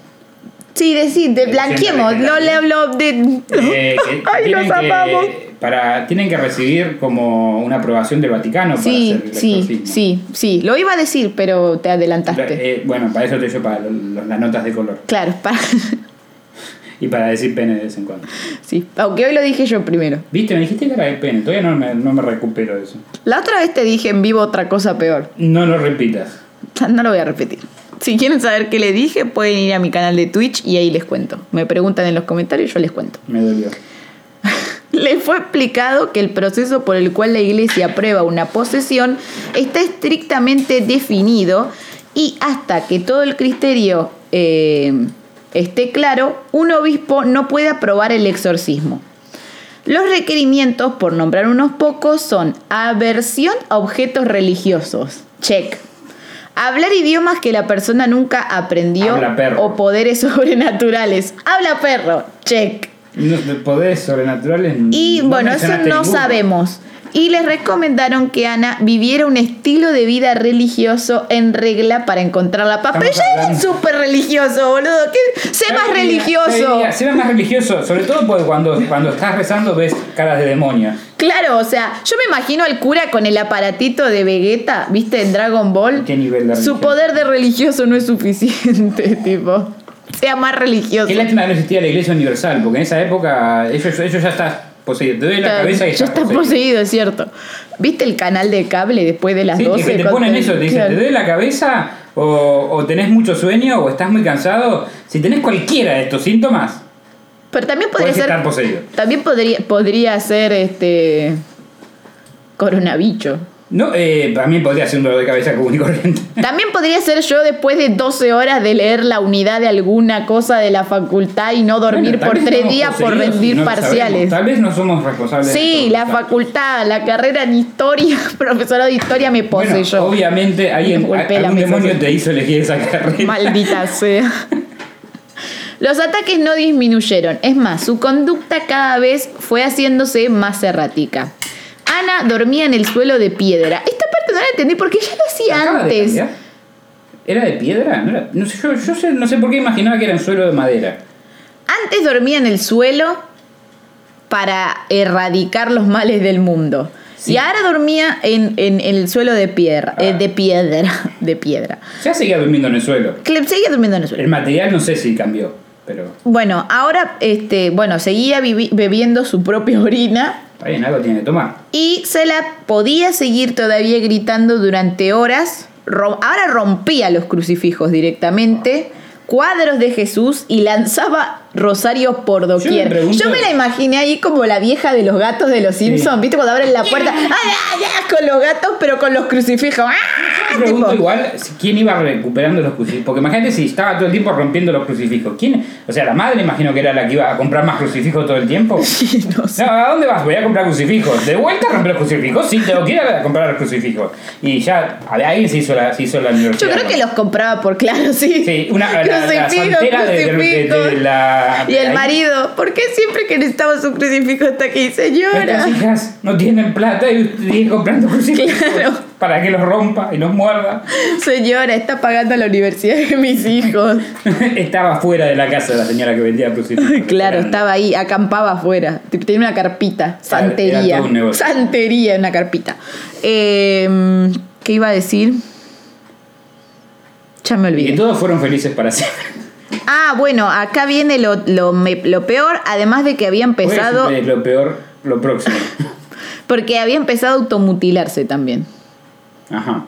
Sí, decir, de
Siempre
blanqueemos,
de
no le hablo de...
Eh, que
<laughs> Ay,
tienen
los amamos.
que, para, tienen que recibir como una aprobación del Vaticano para
Sí,
hacer el
sí,
exorcismo.
sí, sí. Lo iba a decir, pero te adelantaste. <laughs>
Eh, bueno, para eso te yo para los- las notas de color.
Claro, para...
Y para decir pene de vez en cuando.
Sí, aunque hoy lo dije yo primero.
Viste, me dijiste que era de pene, todavía no me, no me recupero de eso.
La otra vez te dije en vivo otra cosa peor. <laughs>
No lo repitas.
No lo voy a repetir. Si quieren saber qué le dije, pueden ir a mi canal de Twitch y ahí les cuento. Me preguntan en los comentarios, yo les cuento.
Me dolió.
Le fue explicado que el proceso por el cual la iglesia aprueba una posesión está estrictamente definido y hasta que todo el criterio eh, esté claro, un obispo no puede aprobar el exorcismo. Los requerimientos, por nombrar unos pocos, son aversión a objetos religiosos. Check. Hablar idiomas que la persona nunca aprendió
Habla perro.
o poderes <laughs> sobrenaturales. Habla perro. Check.
No, de poderes sobrenaturales.
Y
Mm, no
bueno, eso
mencionaste
no
ninguno.
sabemos. Y les recomendaron que Ana viviera un estilo de vida religioso en regla para encontrar la paz. Pero
Estamos
ya era
hablando-
súper religioso, boludo. ¿Qué? Sé más
Yo diría- yo
religioso.
diría, Sé más religioso, sobre todo porque cuando, cuando estás rezando ves caras de demonio.
Claro, o sea, yo me imagino al cura con el aparatito de Vegeta, ¿viste? En Dragon Ball.
¿Qué nivel de
Su
religión?
poder de religioso no es suficiente, <laughs> tipo. Sea más religioso.
Qué lástima que no existía la iglesia universal, porque en esa época ellos, ellos ya están poseídos. Te doy la cabeza y
ya está poseído, es cierto. ¿Viste el canal de cable después de las
Sí,
12?
que te
Cuando-
ponen eso, te dicen,
Claro.
¿te doy la cabeza? O, o tenés mucho sueño, o estás muy cansado. Si tenés cualquiera de estos síntomas,
Pero también podría
podés
ser.
estar poseído.
También podría, podría ser este. Coronabicho.
No, eh, también podría ser un dolor de cabeza común y corriente.
También podría ser yo después de 12 horas de leer la unidad de alguna cosa de la facultad y no dormir
Bueno, tal
por
vez
tres
estamos
días por
poseídos y
rendir
no lo sabemos.
parciales.
Tal vez no somos responsables. de
Sí,
esto.
la facultad, la carrera en historia, <laughs> profesora de historia me
Bueno,
poseyó. <laughs>
Obviamente alguien,
Golpeé la
algún
mesa,
demonio
sí.
te hizo elegir esa
<laughs>
carrera.
Maldita sea. Los ataques no disminuyeron, es más, su conducta cada vez fue haciéndose más errática. Ana dormía en el suelo de piedra. Esta parte no la entendí porque ya lo hacía
<laughs> Acaba de
antes.
cambiar. ¿Era de piedra? No, era- no sé, yo, yo sé- no sé por qué imaginaba que era un suelo de madera.
Antes dormía en el suelo para erradicar los males del mundo.
Sí.
Y ahora dormía en, en- en el suelo de piedra, eh, de piedra, <laughs> de piedra.
Ya seguía durmiendo en el suelo.
Clem seguía durmiendo en el suelo.
El material no sé si cambió, pero
Bueno, ahora, este, bueno, seguía vivi- bebiendo su propia orina
está bien, algo tiene que tomar.
y se la podía seguir todavía gritando durante horas. Ro- ahora rompía los crucifijos directamente, cuadros de Jesús y lanzaba rosarios por doquier. Yo,
pregunto-
me la imaginé ahí como la vieja de los gatos de los Simpsons, ¿viste? Cuando abren la puerta, ¡ay, ay, ay! con los gatos, pero con los crucifijos. ¡Ah!
Me pregunto
Tipo,
igual si- quién iba recuperando los crucifijos. Porque imagínate si estaba todo el tiempo rompiendo los crucifijos. ¿Quién? O sea, la madre imagino que era la que iba a comprar más crucifijos todo el tiempo.
sí, <laughs> no sé.
No, ¿a dónde vas? Voy a comprar crucifijos. ¿De vuelta a romper los crucifijos? Sí, tengo que ir a comprar los crucifijos. Y ya, a ver, alguien se hizo la, se hizo la
Yo
universidad.
creo
¿no?
que los compraba por claro, sí.
Sí, una, la, la
Crucifijo,
santera de, de- de-
crucifijo.
de la...
Y el
ahí.
marido, ¿por qué siempre que necesitamos un crucifijo está aquí, señora?
Nuestras hijas no tienen plata y usted sigue comprando crucifijos
Claro.
para que los rompa y los muerda. <laughs>
Señora, está pagando la universidad de mis hijos.
estaba fuera de la casa la señora que vendía crucifijos.
<laughs> Claro,
Eran-
estaba ahí, acampaba afuera. Tipo, Tenía una carpita, santería.
era todo un negocio.
santería, una carpita. Eh, ¿Qué iba a decir? Ya me
Y
olvidé.
todos fueron felices
<laughs>
para siempre.
Ah, bueno, acá viene lo, lo me- lo peor, además de que había empezado,
Fue Lo peor, lo próximo.
porque había empezado a automutilarse también.
Ajá.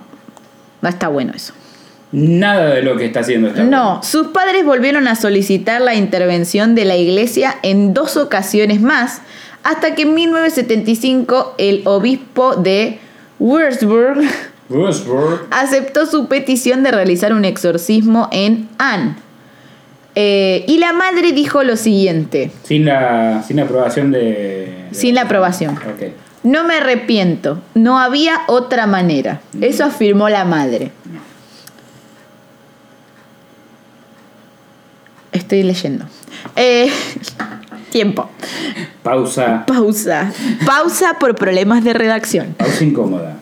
Ah, Está bueno eso.
Nada de lo que está haciendo esta
No, sus padres volvieron a solicitar la intervención de la iglesia en dos ocasiones más, hasta que en 1975 el obispo de Würzburg <laughs>
Wolfsburg.
aceptó su petición de realizar un exorcismo en Anne. Eh, y la madre dijo lo siguiente,
Sin la, sin la aprobación de...
sin la aprobación.
Ok.
No me arrepiento, no había otra manera. Eso afirmó la madre. Estoy leyendo. Eh, <laughs> tiempo.
Pausa.
Pausa. Pausa por problemas de redacción.
Pausa incómoda.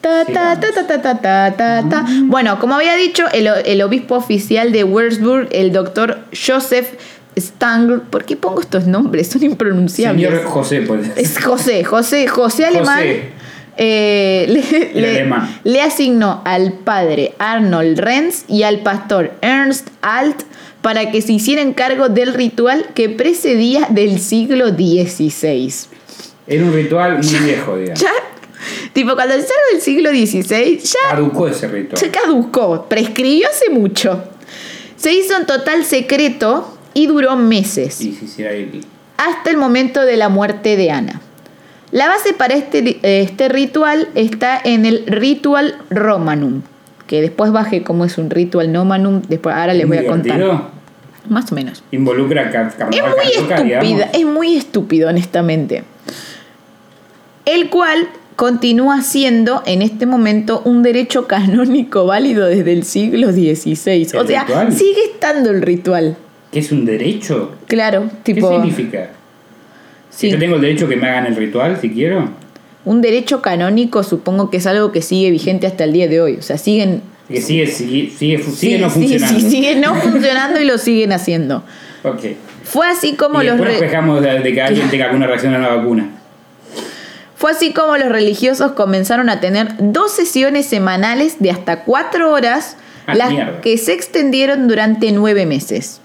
Ta, ta, ta, ta, ta, ta, ta, ta, ta. Bueno, como había dicho, el, o- el obispo oficial de Würzburg, el doctor Joseph Stangl. ¿Por qué pongo estos nombres? Son impronunciables.
Señor José, pues.
Es José, José, José Alemán. eh, le,
El
le-
alemán.
le asignó al padre Arnold Renz y al pastor Ernst Alt para que se hicieran cargo del ritual que precedía del siglo XVI.
Era un ritual muy viejo, digamos.
Ya, tipo, cuando el del siglo XVI, ya
Caducó ese ritual.
se caducó, prescribió hace mucho. Se hizo en total secreto y duró meses.
Y se hiciera el-
hasta el momento de la muerte de Ana. La base para este, ri- eh, este ritual está en el Ritual Romanum, que después bajé cómo es un Ritual Nomanum, después ahora les voy a contar.
¿Divertido?
Más o menos.
Involucra a Car-
Es
Carnaval
muy
Carioca, digamos.
estúpida, es muy estúpido, honestamente. El cual continúa siendo en este momento un derecho canónico válido desde el siglo XVI. O
¿El
sea,
ritual?
sigue estando el ritual.
¿Qué es un derecho?
Claro,
¿Qué
tipo.
significa?
sí.
Yo tengo el derecho que me hagan el ritual si quiero.
Un derecho canónico supongo que es algo que sigue vigente hasta el día de hoy. O sea, siguen...
Que sigue, sigue, sigue, fu- sigue
sí,
no
sí,
funcionando.
sí, sigue no <laughs> funcionando y lo siguen haciendo.
Ok.
Fue así como
y
los...
después nos
re-
quejamos de, de que alguien tenga alguna reacción a la vacuna.
Fue así como los religiosos comenzaron a tener dos sesiones semanales de hasta cuatro horas,
Ah,
las
mierda.
que se extendieron durante nueve meses.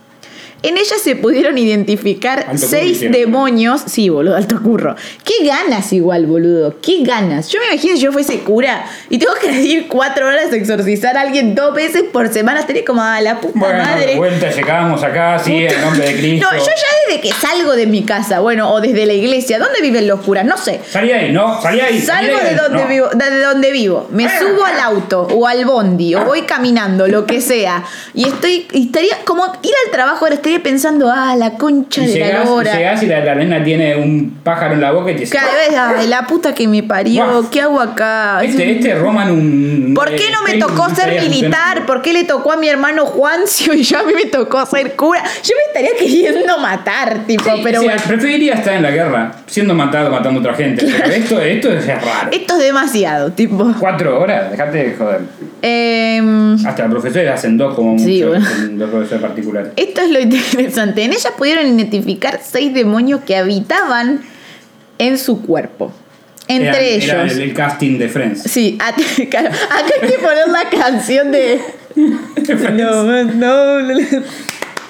En ellas se pudieron identificar
Alto curro
seis
hicieron.
demonios. Sí, boludo, alto curro. ¿Qué ganas igual, boludo? ¿Qué ganas? Yo me imagino si yo fuese cura y tengo que ir cuatro horas a exorcizar a alguien dos veces por semana. Estaría como a la puta
Bueno, de
madre.
vuelta llegamos acá, sí, en nombre de Cristo.
No, yo ya desde que salgo de mi casa, bueno, o desde la iglesia, ¿dónde viven los curas? No sé.
Salí de ahí, no, salí de ahí. salí
Salgo
ahí,
de donde
no.
vivo, de donde vivo, me subo al auto o al bondi o voy caminando, lo que sea, y estoy y estaría como ir al trabajo ahora estaría pensando, ah, la concha
Y
de
llegás,
la hora.
llegás y la, la nena tiene un pájaro en la boca y te dice,
Cada vez, "Ay, la puta que me parió,
Guau.
¿qué hago acá?
este, este Roman un...
¿Por qué no me
eh,
tocó
estaría
ser militar?
funcionando".
¿Por qué le tocó a mi hermano Juancio y yo a mí me tocó ser cura? Yo me estaría queriendo matar, tipo,
Sí,
pero
o sea,
bueno,
preferiría estar en la guerra, siendo matado, matando a otra gente. Pero esto, esto es raro.
esto es demasiado, tipo.
Cuatro horas, dejate de joder.
Em,
Hasta profesores hacen dos como
Sí,
mucho,
bueno.
con dos profesores particulares.
Esto es lo interesante. En ellas pudieron identificar seis demonios que habitaban en su cuerpo. Entre
Era-
ellos.
Era el, el casting
<laughs>
de Friends.
Sí, at- claro, acá hay que poner la canción de. No, no. no. <laughs>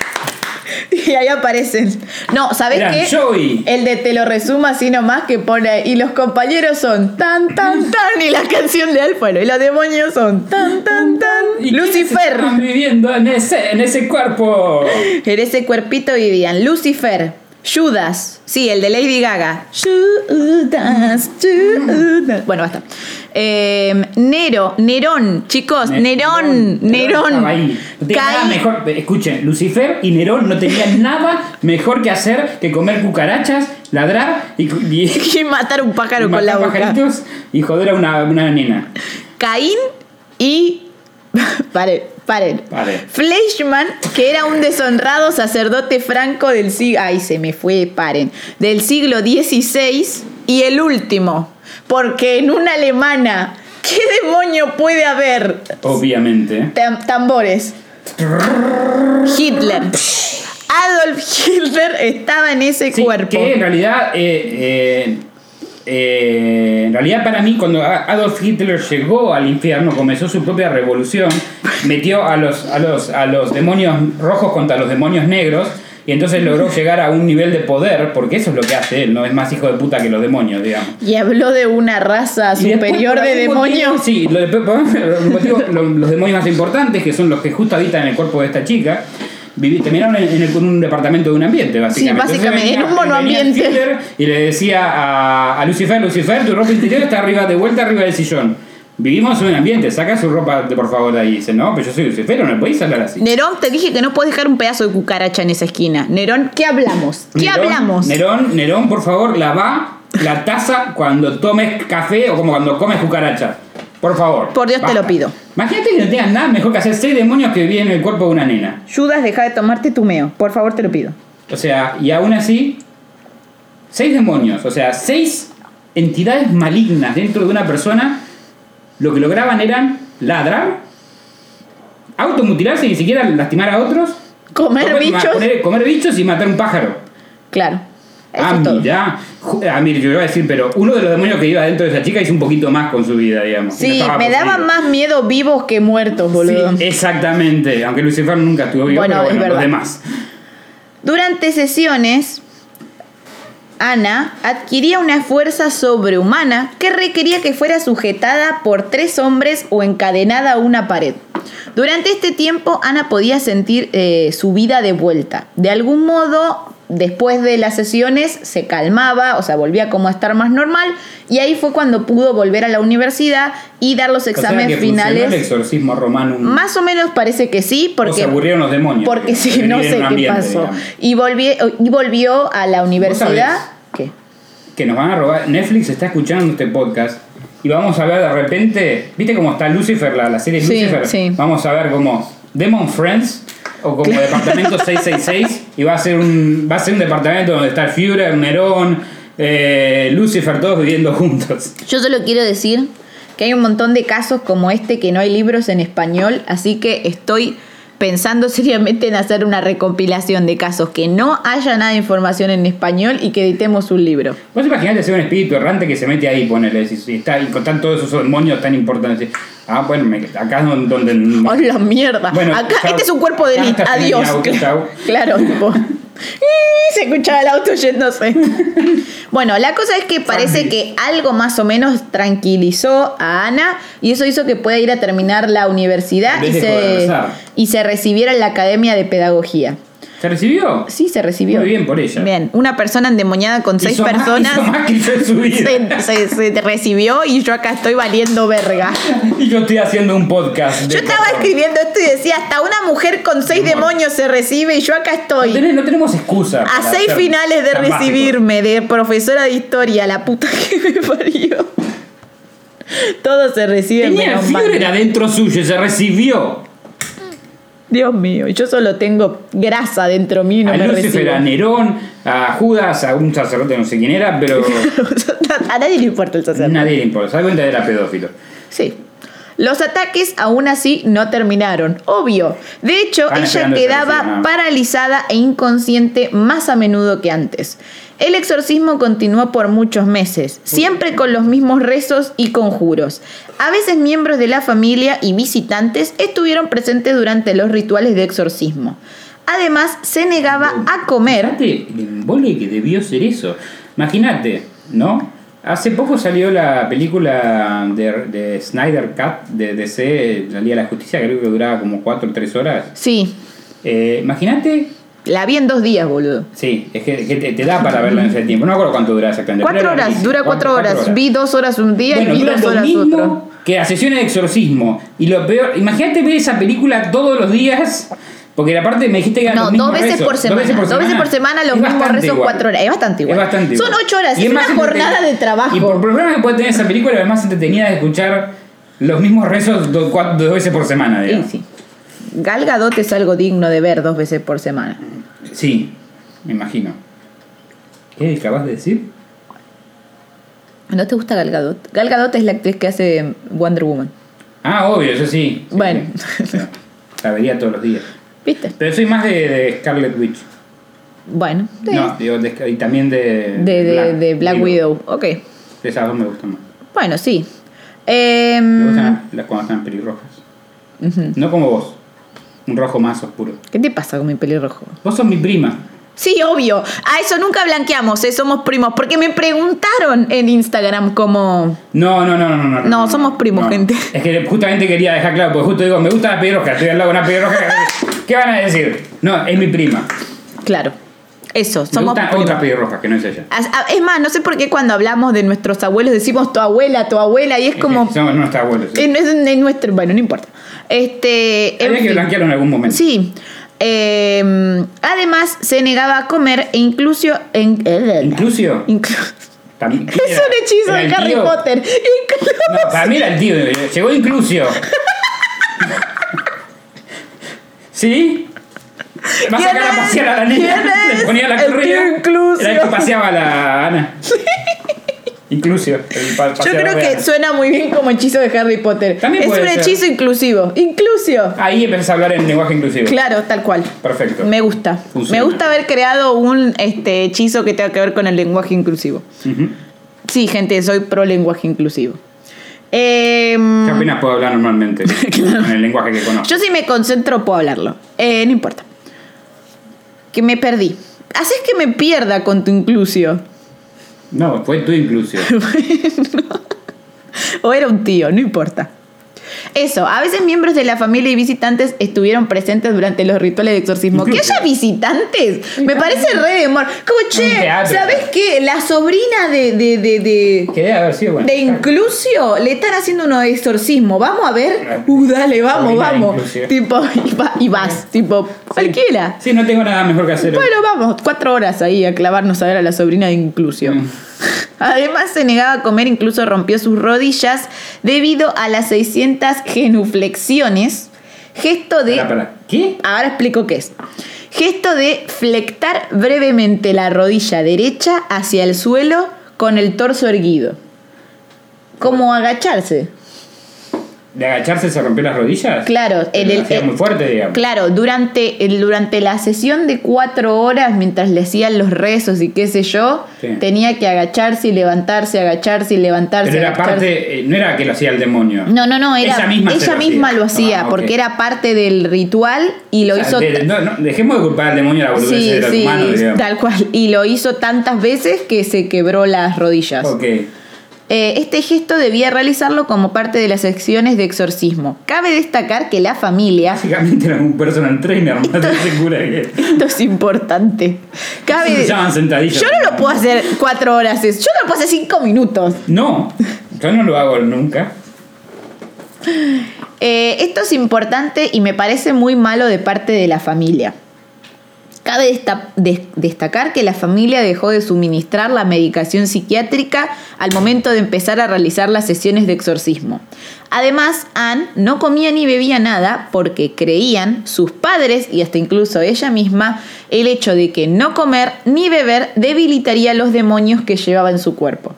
Y ahí aparecen. No, ¿sabes
Eran
qué? Eh,
Joey.
El de te lo resumo así nomás que pone. Y los compañeros son tan, tan, tan. Y la canción de Alfaro. Y los demonios son tan, tan, tan.
¿Y quiénes
Lucifer.
estaban viviendo en ese, en ese cuerpo.
En ese cuerpito vivían Lucifer, Judas, sí, el de Lady Gaga. Judas, Judas. Bueno, basta. Eh, Nero, Nerón, chicos,
Ne-
Nerón, Nerón.
estaba ahí. No tenía nada
Caín.
mejor. Escuchen, Lucifer y Nerón no tenían <laughs> nada mejor que hacer que comer cucarachas, ladrar y, cu- y-
<laughs>
<laughs>
Y matar un pájaro
y
con la
matar
boca.
pajaritos y joder a una, una nena.
Caín y. <laughs> Paren, paren.
Paren.
Fleischmann, que era un deshonrado sacerdote franco del siglo. Ay, se me fue, paren. Del siglo XVI. Y el último. Porque en una alemana. ¿Qué demonio puede haber?
Obviamente.
Tam- tambores. Hitler. Adolf Hitler estaba en ese
Sí,
este cuerpo.
Que en realidad, eh, eh, eh, en realidad para mí, cuando A- Adolf Hitler llegó al infierno, comenzó su propia revolución, metió a los, a los, a los demonios rojos contra los demonios negros. Y entonces logró llegar a un nivel de poder, porque eso es lo que hace él, no es más hijo de puta que los demonios, digamos.
Y habló de una raza
Y después,
superior
por
de
algún
demonios.
motivo- sí, lo de- por algún motivo, lo- los demonios más importantes, que son los que justo habitan en el cuerpo de esta chica, vivi- terminaron en, en el- en un departamento de un ambiente, básicamente.
Sí,
Entonces
básicamente,
venía-
en un monoambiente.
venía Hitler Y le decía a, a Lucifer, Lucifer, tu ropa interior está arriba, de vuelta arriba del sillón. Vivimos en un ambiente, saca su ropa, de- por favor, de ahí. Y dice, no, pero yo soy Lucifer, no me podéis hablar así.
Nerón, te dije que no puedes dejar un pedazo de cucaracha en esa esquina. Nerón, ¿qué hablamos? ¿Qué
Nerón,
hablamos?
Nerón, Nerón, por favor, lava la taza cuando tomes café o como cuando comes cucaracha. Por favor.
Por Dios te lo pido.
Imagínate que no tengas nada mejor que hacer seis demonios que viven en el cuerpo de una nena.
Judas, deja de tomarte tu meo. Por favor, te lo pido.
O sea, y aún así, seis demonios, o sea, seis entidades malignas dentro de una persona, lo que lograban eran ladrar, automutilarse y ni siquiera lastimar a otros,
¿Comer
ma-
bichos?
poner- comer bichos y matar un pájaro.
Claro.
Ah,
es todo.
mira. Ju- Ah, mira, yo iba a decir, pero uno de los demonios que iba dentro de esa chica hizo un poquito más con su vida, digamos. No
Sí,
estaba
me daban
poseído.
más miedo vivos que muertos, boludo.
Exactamente, aunque Lucifer nunca estuvo vivo,
Bueno,
pero
es
bueno, los
verdad.
demás.
Durante sesiones, Ana adquiría una fuerza sobrehumana que requería que fuera sujetada por tres hombres o encadenada a una pared. Durante este tiempo, Ana podía sentir eh, su vida de vuelta. De algún modo, después de las sesiones, se calmaba, o sea, volvía como a estar más normal, y ahí fue cuando pudo volver a la universidad y dar los
O sea,
exámenes
que funcionó el
finales.
exorcismo romano. un-
Más o menos parece que sí,
o se
porque...
aburrieron los demonios.
Porque si
Vivir
no
en
sé
un
qué
ambiente,
pasó.
digamos.
Y, volví- y volvió a la universidad.
sabés?
¿Qué?
que nos van a robar. Netflix está escuchando este podcast y vamos a ver de repente, ¿viste cómo está Lucifer, la, la serie
Sí,
Lucifer?
sí.
Vamos a ver como Demon Friends o como
<laughs>
Departamento 666 y va a ser un va a ser un departamento donde está el Führer, Nerón, eh, Lucifer todos viviendo juntos.
Yo solo quiero decir que hay un montón de casos como este que no hay libros en español, así que estoy pensando <laughs> seriamente en hacer una recompilación de casos que no haya nada de información en español y que editemos un libro.
Vos imaginate ser un espíritu errante que se mete ahí, ponele, si, si está y con tan- todos esos demonios tan importantes. Ah, bueno, me- acá es donde, donde-
¡Oh, la mierda!
Bueno,
Acá,
chao.
este es un cuerpo de elite.
Chao, hasta
Adiós.
mañana,
Cla-
chao.
Claro, tipo. ¡ih! Se escuchaba el auto
<laughs>
yéndose. Bueno, la cosa es que parece
Zombies.
que algo más o menos tranquilizó a Ana y eso hizo que pueda ir a terminar la universidad
En
y
vez de
se,
colapsar.
y se recibiera en la Academia de Pedagogía.
¿Se recibió?
Sí, se recibió.
Muy bien por ella.
Bien, una persona endemoniada con seis
Hizo más-
personas
hizo más que yo en su
<laughs>
vida.
se, se- se recibió y yo acá estoy valiendo verga.
<laughs> Y yo estoy haciendo un podcast. de
Yo estaba
terror.
escribiendo esto y decía, hasta una mujer con seis demonios se recibe y yo acá
No,
estoy.
tenés- no tenemos excusa.
A
para
seis
ser
finales de
tan
recibirme de profesora de historia, la puta <laughs> que me parió. Todo se recibe
básico. Tenía
menos mal.
fiebre adentro suyo, y se recibió.
Dios mío, yo solo tengo grasa dentro mío y no
a
me
Lucifer,
<laughs> recibo.
a Nerón, a Judas, a un sacerdote, no sé quién
<laughs>
era, pero
A nadie le importa el sacerdote.
<laughs> nadie le importa. Se da cuenta que era pedófilo.
Sí. Los ataques aún así no terminaron, obvio. De hecho,
Están
ella
esperando que
quedaba
reciban.
paralizada e inconsciente más a menudo que antes. El exorcismo continuó por muchos meses, siempre con los mismos rezos y conjuros. A veces miembros de la familia y visitantes estuvieron presentes durante los rituales de exorcismo. Además, se negaba a comer.
Fíjate el embole que debió ser eso. Imagínate, ¿no? Hace poco salió la película de, de Snyder Cut de DC, la Liga de la Justicia, creo que duraba como 4 o 3 horas.
Sí,
Eh, Imagínate
la vi en dos días, boludo.
Sí, es que, que te, te da para verla en ese tiempo. No me acuerdo cuánto dura exactamente. pero
Cuatro
era
horas,
larguísima.
dura cuatro horas. Vi dos horas un día
Bueno,
y vi
dura
dos
lo
horas
mismo
otro.
que la sesión de exorcismo. Y lo peor, imagínate ver esa película todos los días. Porque aparte me dijiste que eran
No,
los mismos
dos veces,
rezos.
por semana, dos veces por semana. los
Es
mismos
bastante
rezos,
igual.
cuatro horas. Es bastante igual.
Es bastante igual.
Son ocho horas,
Y
es, una
más
jornada
entretenida.
de trabajo.
Y por problema que puede tener esa película, es más entretenida de escuchar los mismos rezos do- cua- dos veces por semana,
Sí,
digamos.
sí. Gal Gadot es algo digno de ver dos veces por semana.
Sí, me imagino. ¿Qué acabas de decir?
¿No te gusta Gal Gadot? Gal Gadot es la actriz que hace Wonder Woman.
Ah, obvio, eso sí. Sí,
Bueno.
sí, sí. La vería todos los días.
¿Viste?
Pero soy más de, de Scarlet Witch.
Bueno, sí.
No, digo, de Scar- y también de.
de, de- de Black
digo,
Widow. Ok.
De esas dos me gustan más.
Bueno, sí.
Me
Em,
gustan las cuando están pelirrojas. No como vos. Un rojo más oscuro.
¿Qué te pasa con mi pelirrojo?
Vos sos mi prima.
Sí, obvio. A eso nunca blanqueamos, eh, somos primos. Porque me preguntaron en Instagram como...
No, no, no, no, no. No,
No, somos primos, gente.
Es que justamente quería dejar claro, porque justo digo, me gustan las pelirrojas, estoy al lado de
<laughs>
una pelirroja. ¿Qué van a decir? No, es mi prima.
Claro. Eso,
me
somos
gustan
primos.
otras pelirrojas que no es ella.
As- a- Es más, no sé por qué cuando hablamos de nuestros abuelos decimos tu abuela, tu abuela, y es como.
Somos nuestros abuelos. sí.
en- Eh, Es en nuestro. Bueno, no importa. Este. en
Había que
fin.
blanquearlo en algún momento.
Sí. Eh, además, se negaba a comer e incluso. En, eh,
Incluso.
inclu-
También- <laughs>
<laughs>
¿quién
es
era?
un hechizo
¿Era
de
el
Harry
tío?
Potter. Inclu-
No, para mí era el tío. Llegó incluso.
<laughs>
¿Sí? Va a
¿Quién
sacar a
es?
pasear a la
¿Quién
niña. <laughs> Le
es
ponía la
el
correa.
tío Inclusio? <laughs>
Era el que paseaba a la Ana. Inclusive. el pa-
Yo
paseador
creo
de
que
Ana.
suena muy bien como hechizo de Harry Potter.
También
es
puede
un
ser.
hechizo inclusivo. Inclusio.
Ahí empezás a hablar en lenguaje inclusivo.
Claro, tal cual.
Perfecto.
Me gusta.
Funciona.
Me gusta haber creado un este, hechizo que tenga que ver con el lenguaje inclusivo.
Ujú.
Mm. Sí, gente, soy pro lenguaje inclusivo. Em,
¿Qué apenas puedo
<laughs>
hablar normalmente? En el lenguaje que conozco.
yo si me concentro puedo hablarlo. Eh, no importa. Que me perdí. Haces que me pierda con tu inclusio.
No, fue tu
<laughs>
inclusión.
O era un tío, no importa. Eso, a veces miembros de la familia y visitantes estuvieron presentes durante los rituales de exorcismo. ¿Que
Incluso.
haya
<laughs>
visitantes? Me parece re de mor. Como,
Un
che,
teatro.
¿sabes qué? La sobrina de, de, de, de,
Que debe haber sido bueno.
de Inclusio le están haciendo unos exorcismo. Vamos a ver. Uh, dale, vamos,
Sobrina de
vamos.
Inclusio.
Tipo, y, va- y vas, tipo, cualquiera.
Sí, no tengo nada mejor que hacer. hoy.
Bueno, vamos, cuatro horas ahí a clavarnos a ver a la sobrina de Inclusio.
Mm.
<laughs> Además, se negaba a comer, incluso rompió sus rodillas debido a las 600 genuflexiones. Gesto de.
Pará, pará. ¿Qué?
Ahora explico qué es. Gesto de flectar brevemente la rodilla derecha hacia el suelo con el torso erguido. Como agacharse.
¿De agacharse se rompió las rodillas?
Claro,
Pero
en el-
hacía
eh,
muy fuerte, digamos.
Claro, durante, el- durante la sesión de cuatro horas, mientras le hacían los rezos y qué sé yo,
Sí.
tenía que agacharse y levantarse, agacharse y levantarse.
Pero era
agacharse.
parte, eh, no era que lo hacía el demonio.
No, no, no, era,
Ella misma, se lo, hacía.
lo hacía,
Ah, ok.
porque era parte del ritual y lo
O sea,
hizo...
de-
ta-
no, no, dejemos de culpar al demonio a la boludez
Sí,
del
sí,
humano, digamos.
tal cual. Y lo hizo tantas veces que se quebró las rodillas.
Ok.
Eh, este gesto debía realizarlo como parte de las secciones de exorcismo. Cabe destacar que la familia
Básicamente era un personal trainer, más de cura que.
<laughs> Esto es importante. Cabe-
Se llaman sentadillas.
Yo no lo puedo hacer cuatro horas. es- Yo no lo puedo hacer cinco minutos.
No, yo no lo hago nunca.
Eh, esto es importante y me parece muy malo de parte de la familia. Cabe desta- des- destacar que la familia dejó de suministrar la medicación psiquiátrica al momento de empezar a realizar las sesiones de exorcismo. Además, Anne no comía ni bebía nada porque creían sus padres y hasta incluso ella misma el hecho de que no comer ni beber debilitaría los demonios que llevaba en su cuerpo.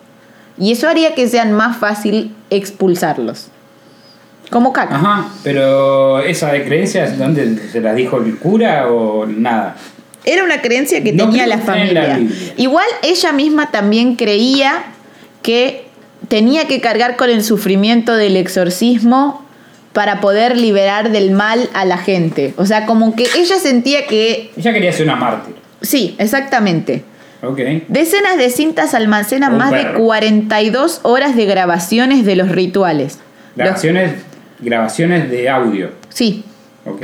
Y eso haría que sean más fácil expulsarlos. Como caca.
Ajá, pero esa de creencias, ¿dónde se las dijo el cura o nada?
Era una creencia que
No
tenía
creo
la
que esté en
familia.
la Biblia.
Igual ella misma también creía que tenía que cargar con el sufrimiento del exorcismo para poder liberar del mal a la gente. O sea, como que ella sentía que...
Ella quería ser una mártir.
Sí, exactamente.
Ok.
Decenas de cintas almacenan
Un
más de
perro.
42 horas de grabaciones de los rituales. Los-
Grabaciones, grabaciones de audio.
sí,
Ok.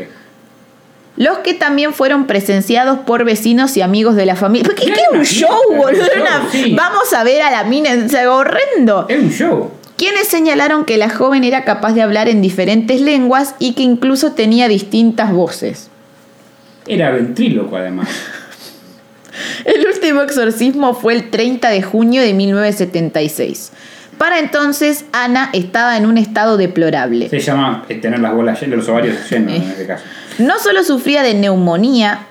Los que también fueron presenciados por vecinos y amigos de la familia. Porque
Era
qué era
una
un show,
fiesta,
boludo.
era
Era
un
una-
show, sí.
Vamos a ver a la mina, es algo horrendo.
Es un show.
Quienes señalaron que la joven era capaz de hablar en diferentes lenguas y que incluso tenía distintas voces.
Era
<laughs>
ventríloco, además.
El último exorcismo fue el 30 de junio de 1976. Para entonces, Ana estaba en un estado deplorable.
Se llama eh, tener las bolas llenas,
<laughs>
los ovarios llenos en
Eh.
este caso.
No solo sufría de neumonía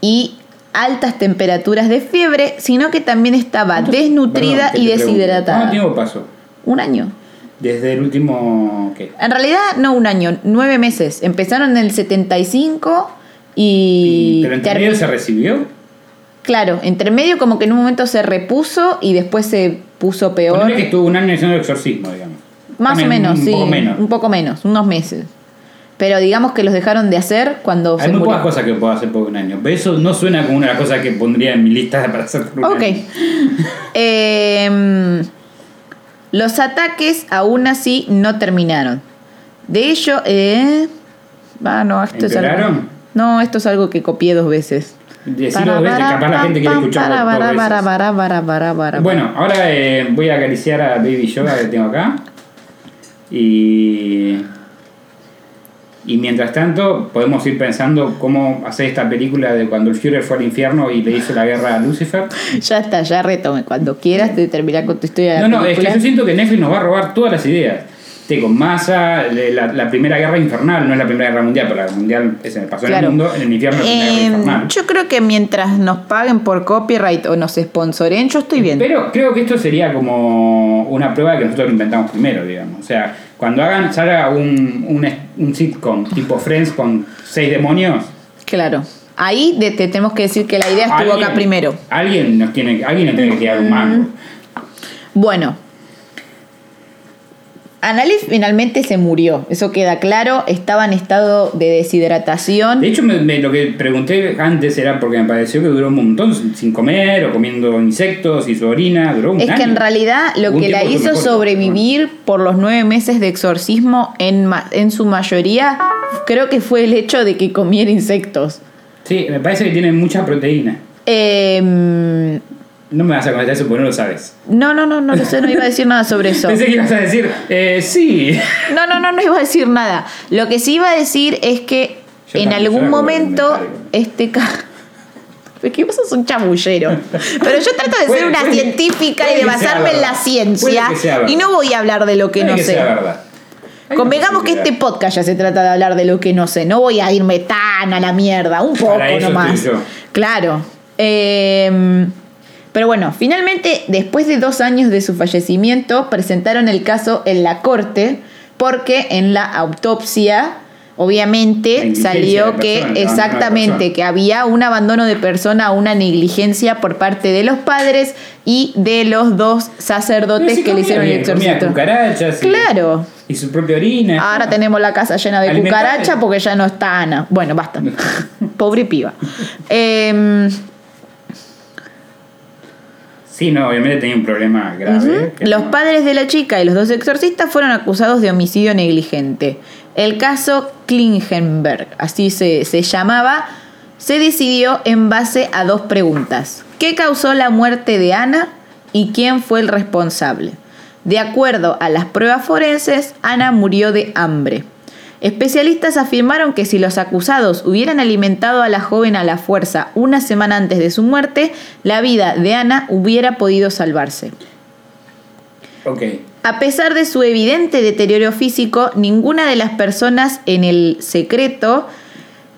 y altas temperaturas de fiebre, sino que también estaba desnutrida
Perdón, que
y
te Ah, pregunto,
deshidratada.
¿Cuánto tiempo pasó?
Un año.
Desde el último. ¿Qué?
En realidad, no un año, nueve meses. Empezaron en el 75 y...
¿Pero entre
termi-
medio se recibió?
Claro, entre medio como que en un momento se repuso y después se puso peor.
Ponele que estuvo un año haciendo el exorcismo, digamos.
Más o
Ponele
menos,
un
sí.
Poco menos.
Un poco menos, unos meses. Pero digamos que los dejaron de hacer cuando
Hay
Oh, se
muy
murió.
pocas cosas que puedo hacer por un año. Pero eso no suena como una de las cosas que pondría en mi lista <laughs> para hacer por un
Ok. <laughs>
año.
Em, los ataques aún así no terminaron. De ello, eh, ah, no, esto es algo,
¿Empeoraron?
no, esto es algo que copié dos veces.
Decirlo dos veces,
Para,
capaz la
para,
gente quiere
pam, para,
escucharlo dos
para,
veces.
para, para, para, para, para.
Bueno, ahora eh, voy a acariciar a Baby Yoda que tengo acá. Y. Y mientras tanto, podemos ir pensando cómo hacer esta película de cuando el Führer fue al infierno y le hizo la guerra a Lucifer.
Ya está, ya retome. Cuando quieras te terminar con tu historia de la
No, no, es que
película.
yo siento que Netflix nos va a robar todas las ideas. té con masa, le- la, la Primera Guerra Infernal, no es la Primera Guerra Mundial, pero la Mundial se me pasó
Claro.
en el mundo, en el infierno es la Primera Guerra
Em,
Infernal.
yo creo que mientras nos paguen por copyright o nos sponsoren, yo estoy bien.
Pero creo que esto sería como una prueba de que nosotros lo inventamos primero, digamos. O sea, cuando hagan, salga un, un, es- un sitcom tipo Friends con seis demonios.
Claro. Ahí de- te tenemos que decir que la idea estuvo
alguien-
acá primero.
Alguien nos tiene, alguien nos tiene que
Mm.
quedar un mango.
Bueno. Annalise finalmente se murió, eso queda claro, estaba en estado de deshidratación.
De hecho, me- me- lo que pregunté antes era porque me pareció que duró un montón sin comer o comiendo insectos y su orina. Duró un
Es que
año.
en realidad lo
Hubo un
que la
tiempo
hizo
mejor.
sobrevivir por los nueve meses de exorcismo en, ma- en su mayoría creo que fue el hecho de que comiera insectos.
Sí, me parece que tiene mucha proteína.
Em,
No me vas a contestar eso porque no lo sabes.
no, no, no, no lo sé, no iba a decir nada sobre eso.
<laughs> Pensé que ibas a decir, eh, sí.
No, no, no, no iba a decir nada. Lo que sí iba a decir es que
Yo
en
también, yo
algún
hago
momento
comentario.
este ca- <laughs> Es que vos sos un chamullero. Pero yo trato de
Puede-
ser una
puede-
científica y
puede
de
que sea
basarme en
verdad.
la
Puede
ciencia.
que sea verdad.
Y no voy a hablar de lo que
<laughs> Puede
no sé.
sea verdad. Hay
Convengamos
una
que este
posibilidad.
podcast ya se trata de hablar de lo que no sé. No voy a irme tan a la mierda, un poco
Para eso
nomás.
estoy yo.
Claro. Eh, pero bueno, finalmente, después de dos años de su fallecimiento, presentaron el caso en la corte, porque en la autopsia,
La
obviamente,
negligencia de
salió
la
que
persona, el abandono de la
exactamente
persona.
que había un abandono de persona, una negligencia por parte de los padres y de los dos
Pero
sacerdotes
sí
que le
comía
hicieron el
bien, comía
exorcismo.
cucarachas. y-
Claro.
Y, su propia orina.
Ahora tenemos la casa llena de
Alimentar-
cucaracha porque ya no está Ana. Bueno, basta. Pobre piba. Em,
Sí, no, obviamente tenía un problema grave.
ujú.
que
Los
no-
padres de la chica y los dos exorcistas fueron acusados de homicidio negligente. El caso Klingenberg, así se, se llamaba, se decidió en base a dos preguntas. ¿Qué causó la muerte de Ana y quién fue el responsable? De acuerdo a las pruebas forenses, Ana murió de hambre. Especialistas afirmaron que si los acusados hubieran alimentado a la joven a la fuerza una semana antes de su muerte, la vida de Ana hubiera podido salvarse.
Ok.
A pesar de su evidente deterioro físico, ninguna de las personas en el secreto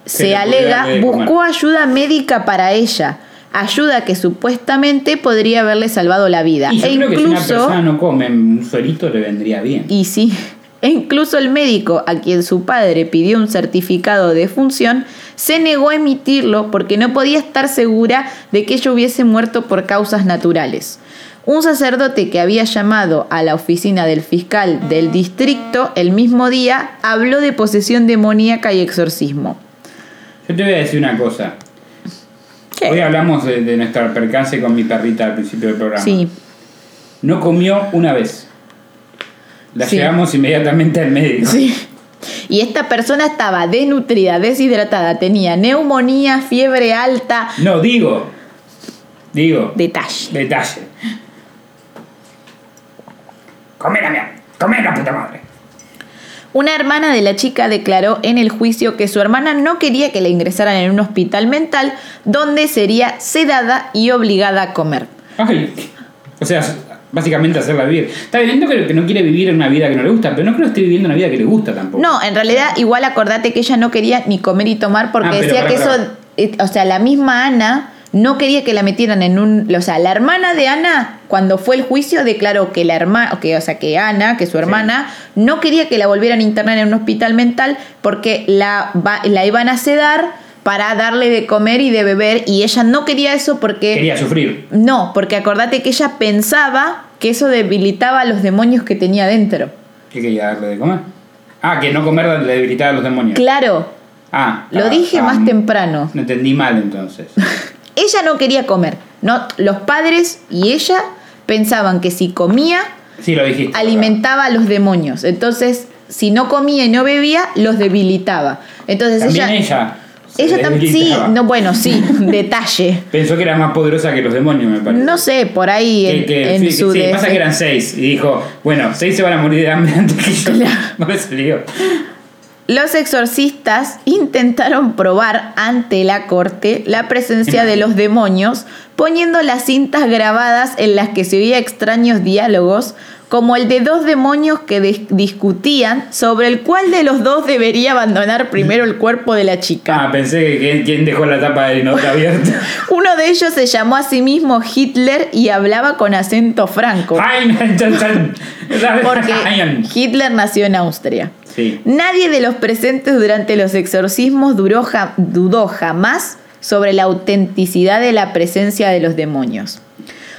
Se
se
le ocurrió
alega
darle de
buscó
comer.
ayuda médica para ella, ayuda que supuestamente podría haberle salvado la vida.
Y yo
e
creo que si una
incluso
persona no come un solito le vendría bien.
y sí. E incluso el médico, a quien su padre pidió un certificado de función, se negó a emitirlo porque no podía estar segura de que ella hubiese muerto por causas naturales. Un sacerdote que había llamado a la oficina del fiscal del distrito el mismo día habló de posesión demoníaca y exorcismo.
Yo te voy a decir una cosa. Hoy hablamos de, de nuestro percance con mi perrita al principio del programa.
Sí,
No comió una vez. La
Sí.
llevamos inmediatamente al médico.
sí. Y esta persona estaba desnutrida, deshidratada, tenía neumonía, fiebre alta.
No, digo. Digo.
Detalle.
Detalle. Come la mía. Come la puta madre.
Una hermana de la chica declaró en el juicio que su hermana no quería que la ingresaran en un hospital mental donde sería sedada y obligada a comer.
Ay. O sea, básicamente hacerla vivir. Está bien, no creo que no quiere vivir una vida que no le gusta, pero no creo que esté viviendo una vida que le gusta tampoco.
No, en realidad igual acordate que ella no quería ni comer y tomar porque
Ah, pero
decía
pará,
que
pará.
eso, eh, o sea, la misma Ana no quería que la metieran en un, o sea, la hermana de Ana cuando fue el juicio declaró que la hermana, que o sea, que Ana, que su hermana no quería que la volvieran a internar en un hospital mental porque la va- la iban a sedar para darle de comer y de beber y ella no quería eso porque
Quería sufrir.
no, porque acordate que ella pensaba que eso debilitaba a los demonios que tenía dentro.
¿Qué quería darle de comer? Ah, que no comer le debilitaba a los demonios.
Claro,
Ah.
Lo
ah,
dije
ah,
más temprano.
No entendí mal
<laughs>
entonces.
Ella no quería comer. No, los padres y ella pensaban que si comía,
Sí, lo dijiste.
alimentaba a los demonios. Entonces, si no comía y no bebía, los debilitaba. Entonces
También
ella.
ella. se
Ella también. Sí,
debilitaba.
no, bueno, sí, <laughs> detalle.
Pensó que era más poderosa que los demonios, me parece.
No sé, por ahí
Que-
en,
que-
en
sí, que-
su
sí,
de-
pasa que eran <laughs> seis. Y dijo, bueno, seis se van a morir de hambre antes que yo.
Claro.
No me salió.
Los exorcistas intentaron probar ante la corte la presencia de los demonios, poniendo las cintas grabadas en las que se oía extraños diálogos, como el de dos demonios que dis- discutían sobre el cuál de los dos debería abandonar primero el cuerpo de la chica.
Ah, pensé que quién- quién dejó la tapa de
<laughs>
nota abierta.
Uno de ellos se llamó a sí mismo Hitler y hablaba con acento franco,
Ay, <laughs> chan, chan. <laughs>
porque
Ay,
Hitler nació en Austria.
Sí.
Nadie de los presentes durante los exorcismos duró ja- dudó jamás sobre la autenticidad de la presencia de los demonios.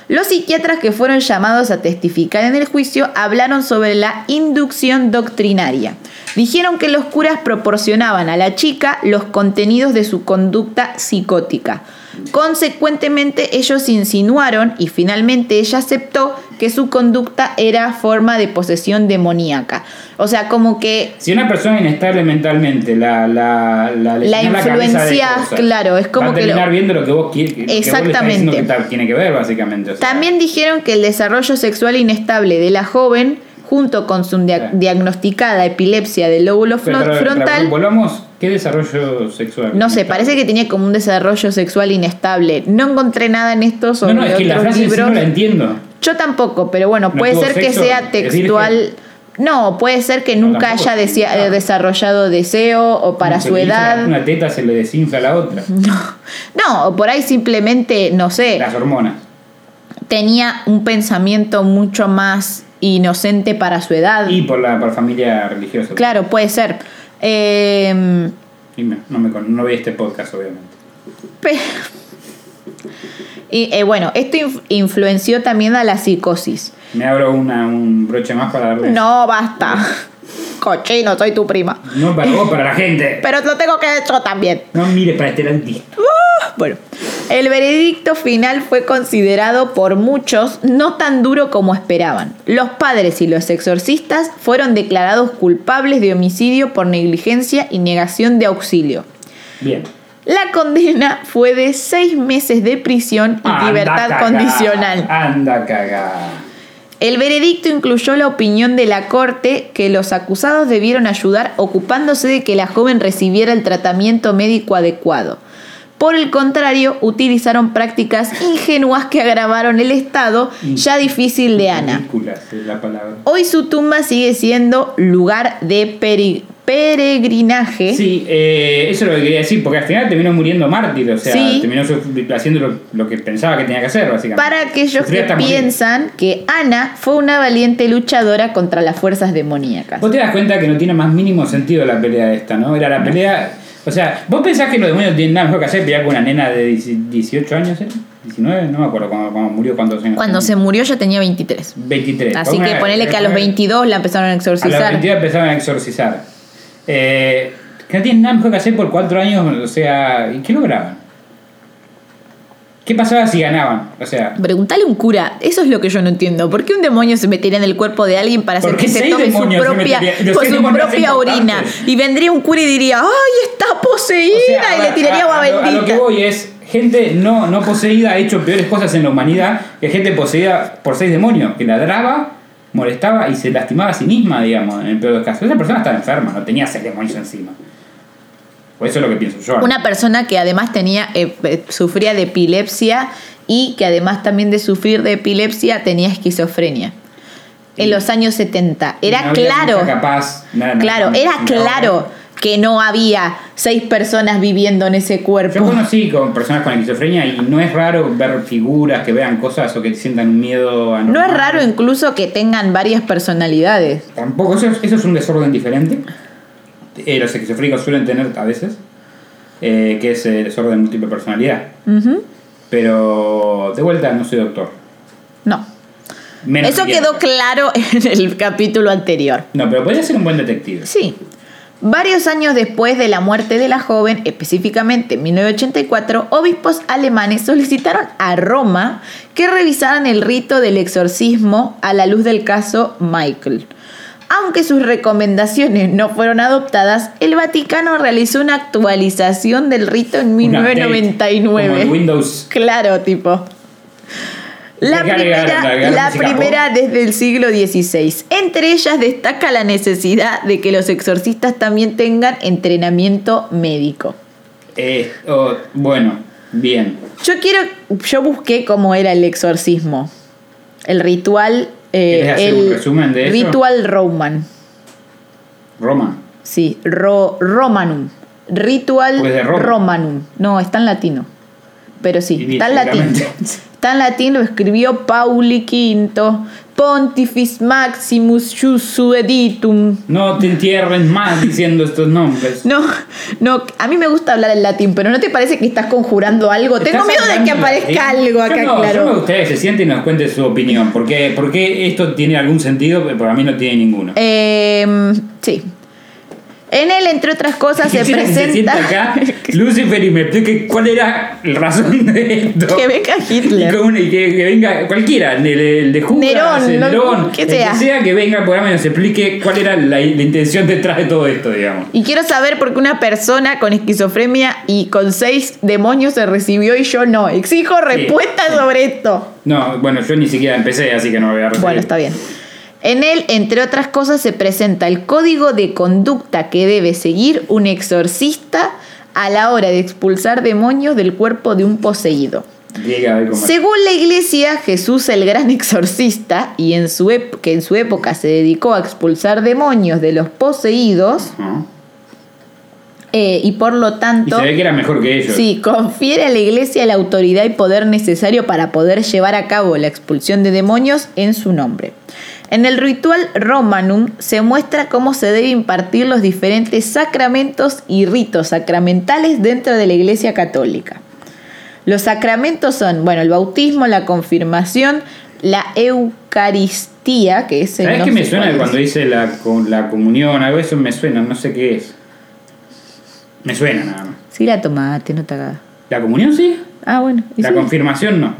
Los psiquiatras que fueron llamados a testificar en el juicio hablaron sobre la inducción doctrinaria. Dijeron que los curas proporcionaban a la chica los contenidos de su conducta psicótica. Consecuentemente ellos insinuaron y finalmente ella aceptó que su conducta era forma de posesión demoníaca. O sea, como que
Si una persona inestable mentalmente la la la, le
La
llena cabeza de
influencias,
cosas,
claro, es como
va a
que lo-
terminar viendo lo que vos quieres, que- que vos le estás diciendo
Exactamente.
que tal- tiene que ver básicamente. o sea.
También dijeron que el desarrollo sexual inestable de la joven, junto con su dia-
Sí.
diagnosticada epilepsia del lóbulo
Pero,
fron-
pero, pero,
frontal,
volvamos, ¿qué desarrollo sexual?
no sé, parece que tenía como un desarrollo sexual inestable. No encontré nada en esto
No,
sobre
no, es que la
otros
frase en sí
libros.
no la entiendo.
Yo tampoco, pero bueno,
¿No
puede
tuvo
ser que
sexo?
sea
¿Es virgen?
textual. No, puede ser que nunca
tampoco
haya
es
desea-
virgen.
eh, desarrollado deseo o para su
Como se le infla-
edad.
Una teta se le desinfla a
<laughs>
la otra.
No, o por ahí simplemente, no sé.
Las hormonas.
tenía un pensamiento mucho más inocente para su edad.
Y por la por familia religiosa.
Claro, puede ser. Eh,
Y no, no, me, con- no vi este podcast, obviamente.
pe- y eh, bueno, esto inf- influenció también a la psicosis.
Me abro una, un broche más para darle.
No, basta. Cochino, soy tu prima.
No para vos, para la gente.
Pero lo tengo que hacer yo también. <laughs>
No mires para este lado.
Bueno, el veredicto final fue considerado por muchos no tan duro como esperaban. Los padres y los exorcistas fueron declarados culpables de homicidio por negligencia y negación de auxilio.
Bien.
La condena fue de seis meses de prisión y
Anda
libertad
cagá,
condicional.
Anda cagada.
El veredicto incluyó la opinión de la corte que los acusados debieron ayudar ocupándose de que la joven recibiera el tratamiento médico adecuado. Por el contrario, utilizaron prácticas ingenuas que agravaron el estado ya difícil de Ana.
Ridículas es eh, la palabra.
Hoy su tumba sigue siendo lugar de peri- peregrinaje.
Sí, eh, eso es lo que quería decir, porque al final terminó muriendo mártir, o sea,
Sí.
terminó su- haciendo lo, lo que pensaba que tenía que hacer, básicamente.
Para aquellos
Sufría
que
hasta morir.
piensan que Ana fue una valiente luchadora contra las fuerzas demoníacas.
Vos te das cuenta que no tiene más mínimo sentido la pelea esta, ¿no? Era la pelea. O sea, vos pensás que los demonios tienen nada mejor que hacer pelear con una nena de 18 años, ¿era? 19, no me acuerdo cuando, cuando murió, cuántos años.
Cuando se
tenía.
murió ya tenía 23.
23.
Así
Una-
que ponele que a los 22 la empezaron a
A los
exorcizar.
22 empezaron a exorcizar. Eh, que no tienen nada mejor que hacer por 4 años, o sea, ¿y qué lograban? ¿Qué pasaba si ganaban? O sea,
Preguntale a un cura, eso es lo que yo no entiendo. ¿Por qué un demonio se metería en el cuerpo de alguien para hacer
¿Por qué
que se
seis
tome su
demonios se
propia,
meterían? Los
con
seis
su
demonios
propia
hacen
orina?
contacto.
Y vendría un cura y diría, ¡ay, está poseída!
O sea,
y
a-
le tiraría
a-
agua
a lo- A lo que
bendita.
voy es, gente no, no poseída ha hecho peores cosas en la humanidad que gente poseída por seis demonios, que ladraba, molestaba y se lastimaba a sí misma, digamos, en el peor de los casos. Esa persona estaba enferma, no tenía seis demonios encima. O eso es lo que pienso yo.
Una persona que además tenía eh, eh, sufría de epilepsia y que además también de sufrir de epilepsia tenía esquizofrenia. En los años 70. Era
No había
claro.
mucha Capaz, nada, nada,
Claro,
nada,
era
nada.
claro que no había seis personas viviendo en ese
Yo
cuerpo.
conocí con personas con esquizofrenia y no es raro ver figuras que vean cosas o que sientan un miedo a
No es raro incluso que tengan varias personalidades.
Tampoco, eso, es- eso es un desorden diferente. Eh, los esquizofrénicos suelen tener a veces, eh, que es el desorden de múltiple personalidad.
Ujú.
Pero de vuelta no soy doctor.
No.
Menos
Eso
psiquiatra.
quedó claro <laughs> en el capítulo anterior.
No, pero podría ser un buen detective.
Sí. Varios años después de la muerte de la joven, específicamente en 1984, obispos alemanes solicitaron a Roma que revisaran el rito del exorcismo a la luz del caso Michael. Aunque sus recomendaciones no fueron adoptadas, el Vaticano realizó una actualización del rito en
Un update, como el
1999.
Windows.
Claro, tipo. La
Dejale
primera,
ganar, ganar,
la
que se
primera desde el siglo XVI. Entre ellas destaca la necesidad de que los exorcistas también tengan entrenamiento médico.
Eh, oh, bueno, bien.
Yo quiero, yo busqué cómo era el exorcismo, el ritual, eh,
¿Querés hacer
el
un resumen de eso?
ritual Roman,
Roma.
sí, ro- Romanum, ritual
Pues de Roma.
Romanum. No, está en latino, pero sí,
Y
está en latín.
seguramente.
<laughs> Está en latín, lo escribió Pauli V, Pontifis Maximus Jusueditum.
No te entierres más diciendo estos nombres.
No, no, a mí me gusta hablar el latín, pero ¿no te parece que estás conjurando algo? Tengo
¿Estás
miedo de que
hablando
aparezca
latín?
algo acá,
yo no,
claro.
Yo me gustaría que se siente y nos cuente su opinión. Porque, porque esto tiene algún sentido, pero para mí no tiene ninguno.
Eh, sí. En él, entre otras
<laughs>
cosas, se
Quisiera que
presenta. <laughs>
siente acá Lucifer y me explique cuál era la razón de esto.
que venga
Y
Hitler.
con- y que, que venga cualquiera, el, el de Judas,
Nerón,
el
no-
Nerón,
que
el
sea.
que sea que venga al programa y nos explique cuál era la, la intención detrás de todo esto, digamos.
Y quiero saber por qué una persona con esquizofrenia y con seis demonios se recibió y yo no. Exijo respuestas sobre esto.
No, bueno, yo ni siquiera empecé, así que no me voy a referir.
Bueno, está bien. En él, entre otras cosas, se presenta el código de conducta que debe seguir un exorcista a la hora de expulsar demonios del cuerpo de un poseído.
Llega a ver cómo-
Según la iglesia, Jesús el gran exorcista, y en su ep- que en su época se dedicó a expulsar demonios de los poseídos,
Ajá.
eh, y por lo
Y
tanto,
se ve que era mejor que ellos.
sí, confiere a la iglesia la autoridad y poder necesario para poder llevar a cabo la expulsión de demonios en su nombre. En el ritual Romanum se muestra cómo se debe impartir los diferentes sacramentos y ritos sacramentales dentro de la iglesia católica. Los sacramentos son, bueno, el bautismo, la confirmación, la Eucaristía, que es el.
¿Sabes
no
qué
sé
me suena
cuál
cuando
es.
dice la, con la comunión? Algo de eso me suena, no sé qué es. Me suena nada más.
Sí, la tomate, no te hagas. ¿La
¿La comunión sí?
Ah, bueno. ¿y
La
sí?
confirmación no.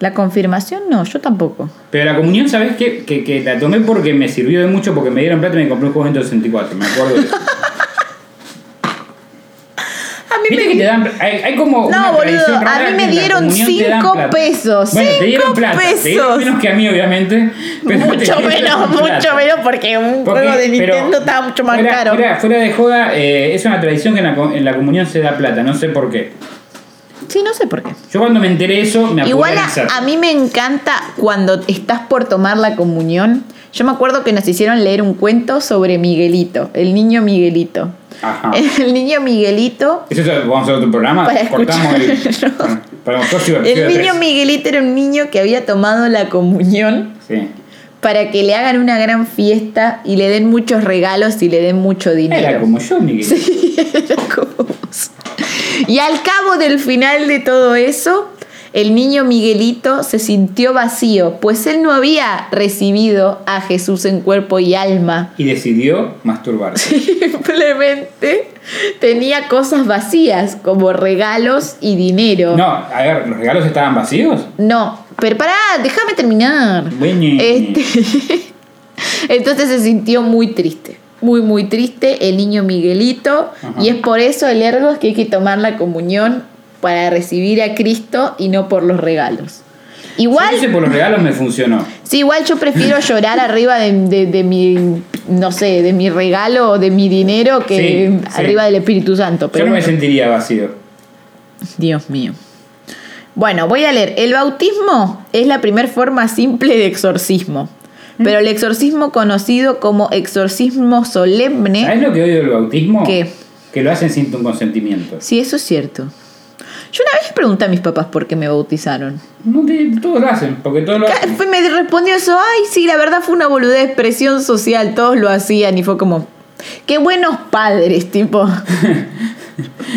la confirmación no, yo tampoco.
Pero la comunión, ¿sabes qué? Que, que la tomé porque me sirvió de mucho, porque me dieron plata y me compré un juego de 64. Me
<laughs>
acuerdo de eso.
A mí
Viste
me
que te dan, hay, hay como. una
No, boludo,
tradición
a mí
rara que
me
en la
dieron
comunión te dan
cinco
plata.
pesos,
Bueno, te dieron
cinco
plata. Te dieron
pesos.
menos que a mí, obviamente. pero te
mucho
dieron
menos,
plata.
mucho menos, porque un
Porque-
juego de
pero
Nintendo estaba mucho más
fuera-
caro.
Fuera, fuera de joda, eh, es una tradición que en la, co- en la comunión se da plata, no sé por qué.
Sí, no sé por qué.
Yo cuando me enteré de eso, me apuré
Igual
a avisar.
a, a mí me encanta cuando estás por tomar la comunión. Yo me acuerdo que nos hicieron leer un cuento sobre Miguelito, el niño Miguelito.
Ajá.
<laughs> El niño Miguelito
Eso es- vamos a hacer otro programa.
Para
Cortamos
escuchar-
el. Bueno, Para el próximo
El
episodio
niño
tres.
Miguelito era un niño que había tomado la comunión
Sí.
para que le hagan una gran fiesta y le den muchos regalos y le den mucho dinero.
Era como yo, Miguel.
Era como vos. Y al cabo del final de todo eso, el niño Miguelito se sintió vacío, pues él no había recibido a Jesús en cuerpo y alma. <laughs>
Y decidió masturbarse.
Simplemente tenía cosas vacías, como regalos y dinero.
No, a ver, ¿los regalos estaban vacíos?
No, pero pará, déjame terminar.
Bueno.
Este, <laughs> entonces se sintió muy triste. Muy, muy triste el niño Miguelito.
Ajá.
Y es por eso el ergo es que hay que tomar la comunión para recibir a Cristo y no por los regalos. Igual,
Yo hice por los regalos me funcionó.
sí, igual yo
<laughs>
prefiero llorar arriba de, de- de mi, no sé, de mi regalo o de mi dinero que
Sí, sí.
arriba del Espíritu Santo.
Yo
Pero
no me
bueno.
sentiría vacío.
Dios mío. Bueno, voy a leer. El bautismo es la primera forma simple de exorcismo. Pero el exorcismo conocido como exorcismo solemne.
¿Sabes lo que odio del bautismo?
¿Eh? ¿Qué?
Que lo hacen sin tu consentimiento.
Sí, eso es cierto. Yo una vez le pregunté a mis papás por qué me bautizaron.
No te, todos lo hacen, porque todos lo
Ca-
hacen.
fue- Me respondió eso. Ay, sí, la verdad fue una boludez, presión social. Todos lo hacían y fue como. Qué buenos padres, tipo.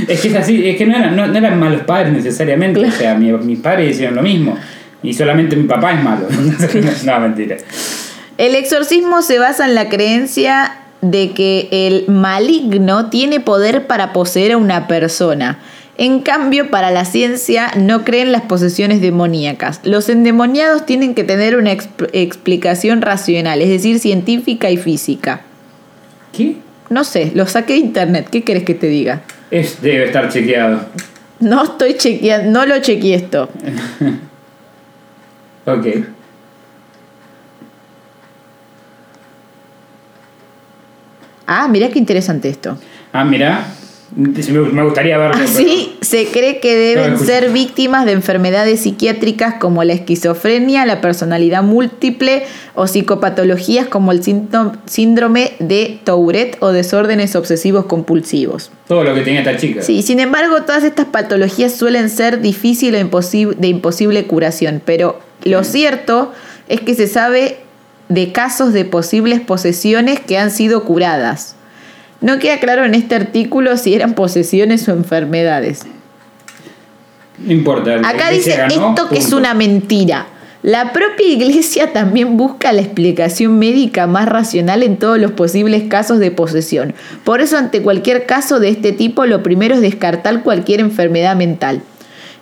Es que es así, es que no eran, no, no eran malos padres necesariamente. O sea, mi- mis padres hicieron lo mismo. Y solamente mi papá es malo. <laughs> no, mentira.
El exorcismo se basa en la creencia de que el maligno tiene poder para poseer a una persona. En cambio, para la ciencia no creen las posesiones demoníacas. Los endemoniados tienen que tener una exp- explicación racional, es decir, científica y física.
¿Qué?
No sé, lo saqué de internet, ¿qué querés que te diga?
Es, debe estar chequeado.
No estoy chequeando, no lo chequeé esto.
Ok.
Ah, mirá qué interesante esto.
Ah, mira. Me gustaría verlo. pero-
Así Ah, se cree que deben
escucho.
ser víctimas de enfermedades psiquiátricas como la esquizofrenia, la personalidad múltiple o psicopatologías como el síntoma- síndrome de Tourette o desórdenes obsesivos compulsivos.
Todo lo que tenía esta chica.
Sí, sin embargo, todas estas patologías suelen ser difíciles o imposi- de imposible curación, pero lo cierto es que se sabe de casos de posibles posesiones que han sido curadas. No queda claro en este artículo si eran posesiones o enfermedades.
No importa. la
Acá dice
iglesia ganó,
esto que es
punto.
una mentira. La propia iglesia <laughs> también busca la explicación médica más racional en todos los posibles casos de posesión. Por eso ante cualquier caso de este tipo lo primero es descartar cualquier enfermedad mental.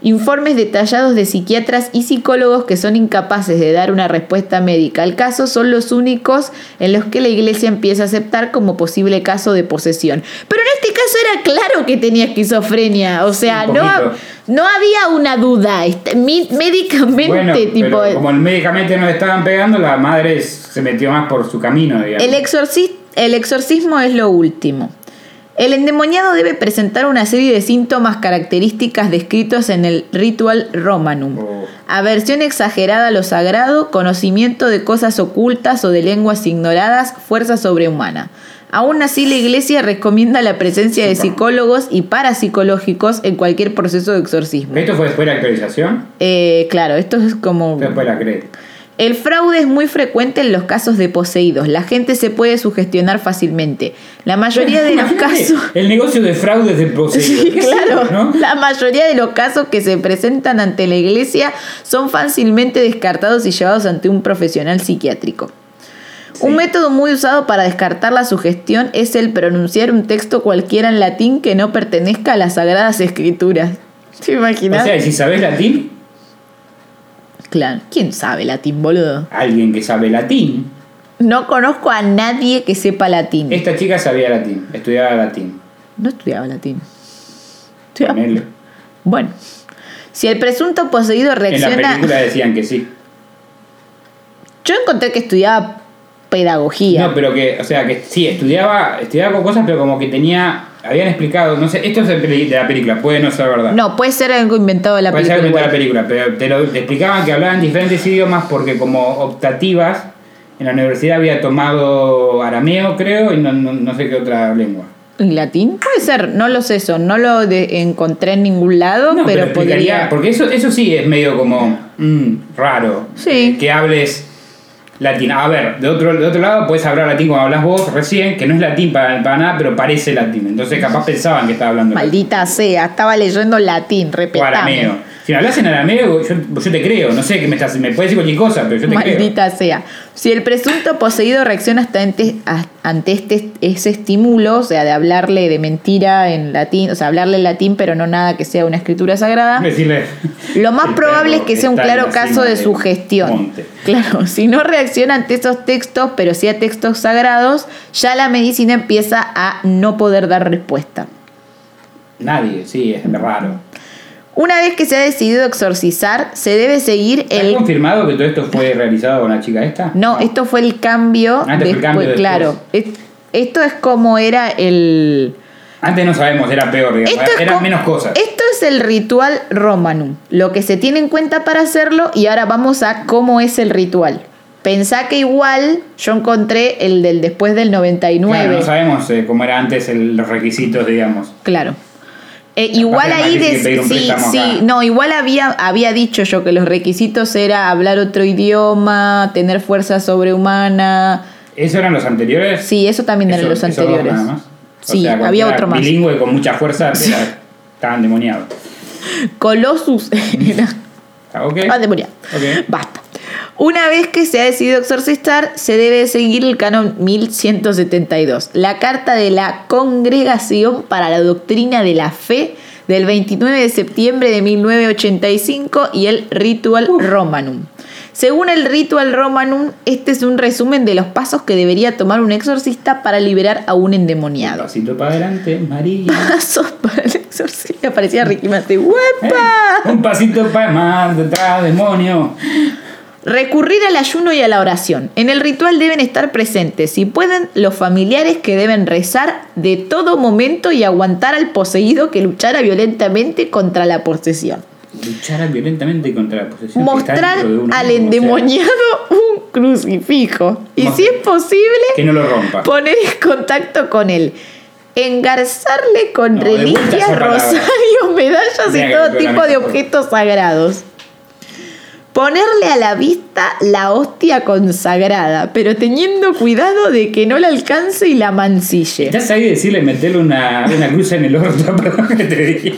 Informes detallados de psiquiatras y psicólogos que son incapaces de dar una respuesta médica al caso son los únicos en los que la iglesia empieza a aceptar como posible caso de posesión. Pero en este caso era claro que tenía esquizofrenia, o sea,
Un
no,
poquito.
no había una duda, este, mi- médicamente,
Bueno,
tipo.
pero como el medicamento no le estaban pegando, la madre se metió más por su camino, digamos.
El, e- exorcis- el exorcismo es lo último. El endemoniado debe presentar una serie de síntomas características descritos en el ritual romanum.
Oh.
Aversión exagerada a lo sagrado, conocimiento de cosas ocultas o de lenguas ignoradas, fuerza sobrehumana. Aún así, la iglesia recomienda la presencia de psicólogos y parapsicológicos en cualquier proceso de exorcismo.
¿Esto fue después de la actualización?
Eh, claro, esto es como...
Fue Después de la CRE.
El fraude es muy frecuente en los casos de poseídos. La gente se puede sugestionar fácilmente. La mayoría de los
Imagínate,
casos. <laughs>
El negocio de fraudes de poseídos.
Sí,
¿Qué
claro.
sé yo, ¿no?
La mayoría de los casos que se presentan ante la iglesia son fácilmente descartados y llevados ante un profesional psiquiátrico. Un
Sí.
método muy usado para descartar la sugestión es el pronunciar un texto cualquiera en latín que no pertenezca a las sagradas escrituras. ¿Te imaginas?
O sea, y si sabes latín,
claro. ¿Quién sabe latín, boludo?
alguien que sabe latín.
No conozco a nadie que sepa latín.
Esta chica sabía latín, estudiaba latín.
No estudiaba latín. Estudiaba-
Ponele.
Bueno, si el presunto poseído
En la
reacciona.
película decían que sí.
Yo encontré que estudiaba pedagogía.
No, pero que, o sea, que sí, estudiaba, estudiaba con cosas, pero como que tenía, habían explicado, no sé, esto es de peli- de la película, puede no ser verdad.
No, puede ser algo inventado de la
Puede ser
película.
que está la
igual.
película, pero te, lo, te explicaban que hablaban diferentes idiomas porque como optativas en la universidad había tomado arameo, creo, y no, no- no sé qué otra lengua.
¿En latín? Puede ser, no lo sé eso, no lo de- encontré en ningún lado,
No,
pero,
explicaría-
podría.
Porque eso, eso sí es medio como mm, raro. Eh,
Sí.
Que hables latín. A ver, de otro, de otro lado puedes hablar latín como hablas vos recién, que no es latín para, para nada, pero parece latín. Entonces capaz pensaban que estaba hablando latín.
Maldita sea, estaba leyendo latín,
O
repetame.
arameo. Si me hablas en arameo, yo, yo te creo. No sé, que me, estás, me puedes decir cualquier cosa, pero yo te creo.
Maldita sea. Si el presunto poseído reacciona hasta ante, a- ante este, ese estímulo, o sea, de hablarle de mentira en latín, o sea, hablarle en latín, pero no nada que sea una escritura sagrada,
Decirle, <laughs>
lo más
el
probable es
perro
que sea un
está en
claro
la
caso
cima
de
del
sugestión.
monte.
Claro, <laughs> si no reacciona ante esos textos, pero sí a textos sagrados, ya la medicina empieza a no poder dar respuesta.
Nadie, sí, es raro.
Una vez que se ha decidido exorcizar, se debe seguir
¿Está
el
confirmado que todo esto fue realizado con la chica esta?
No, esto fue el cambio.
Ah, este fue el cambio después.
claro. Es- esto es como era el.
Antes no sabemos, era peor, digamos.
Esto es
Eran
co-
menos cosas.
Esto es el ritual romanum. Lo que se tiene en cuenta para hacerlo. Y ahora vamos a cómo es el ritual. Pensá que igual yo encontré el del después del 99.
Claro, no
Claro.
sabemos eh, cómo eran antes el- los requisitos, digamos.
Eh, igual
Capaz que
ahí
hay que
des-
pedir un
sí,
préstamo
sí,
acá.
no, igual había, había dicho yo que los requisitos era hablar otro idioma, tener fuerza sobrehumana,
¿Eso eran los anteriores?
Sí, eso también eran
Eso-
los
esos dos
anteriores.
nada más. O
Sí,
sea, cuando
había
era
otro más.
Bilingüe con mucha fuerza, era- estaban demoniados.
Colossus <laughs> era.
¿Está ¿Ok?
Ah, demonio.
Ok.
Basta. Una vez que se ha decidido exorcistar, se debe seguir el canon 1172, la carta de la Congregación para la Doctrina de la Fe del 29 de septiembre de 1985 y el Ritual Romanum. Según el Ritual Romanum, este es un resumen de los pasos que debería tomar un exorcista para liberar a un endemoniado.
Pasito para adelante, María.
<laughs> pasos para el exorcismo. Aparecía Ricky Martin.
Eh,
¡Uepa!
Un pasito para más, detrás, demonio.
Recurrir al ayuno y a la oración. En el ritual deben estar presentes, si pueden, los familiares que deben rezar de todo momento y aguantar al poseído que luchara violentamente contra la posesión.
Luchara violentamente contra la posesión. que está
Mostrar
dentro de uno
al
mismo, o sea,
endemoniado un crucifijo. Y si es posible,
que no lo rompa.
poner en contacto con él. Engarzarle con
No, de vuelta
reliquias,
esa palabra.
rosarios, <laughs> medallas
Mira
y
que
todo
no te la
tipo de
meto por-
objetos sagrados. Ponerle a la vista la hostia consagrada, pero teniendo cuidado de que no la alcance y la mancille.
Estás ahí y decirle meterle una, una cruz en el orto, <laughs> perdón que te diga.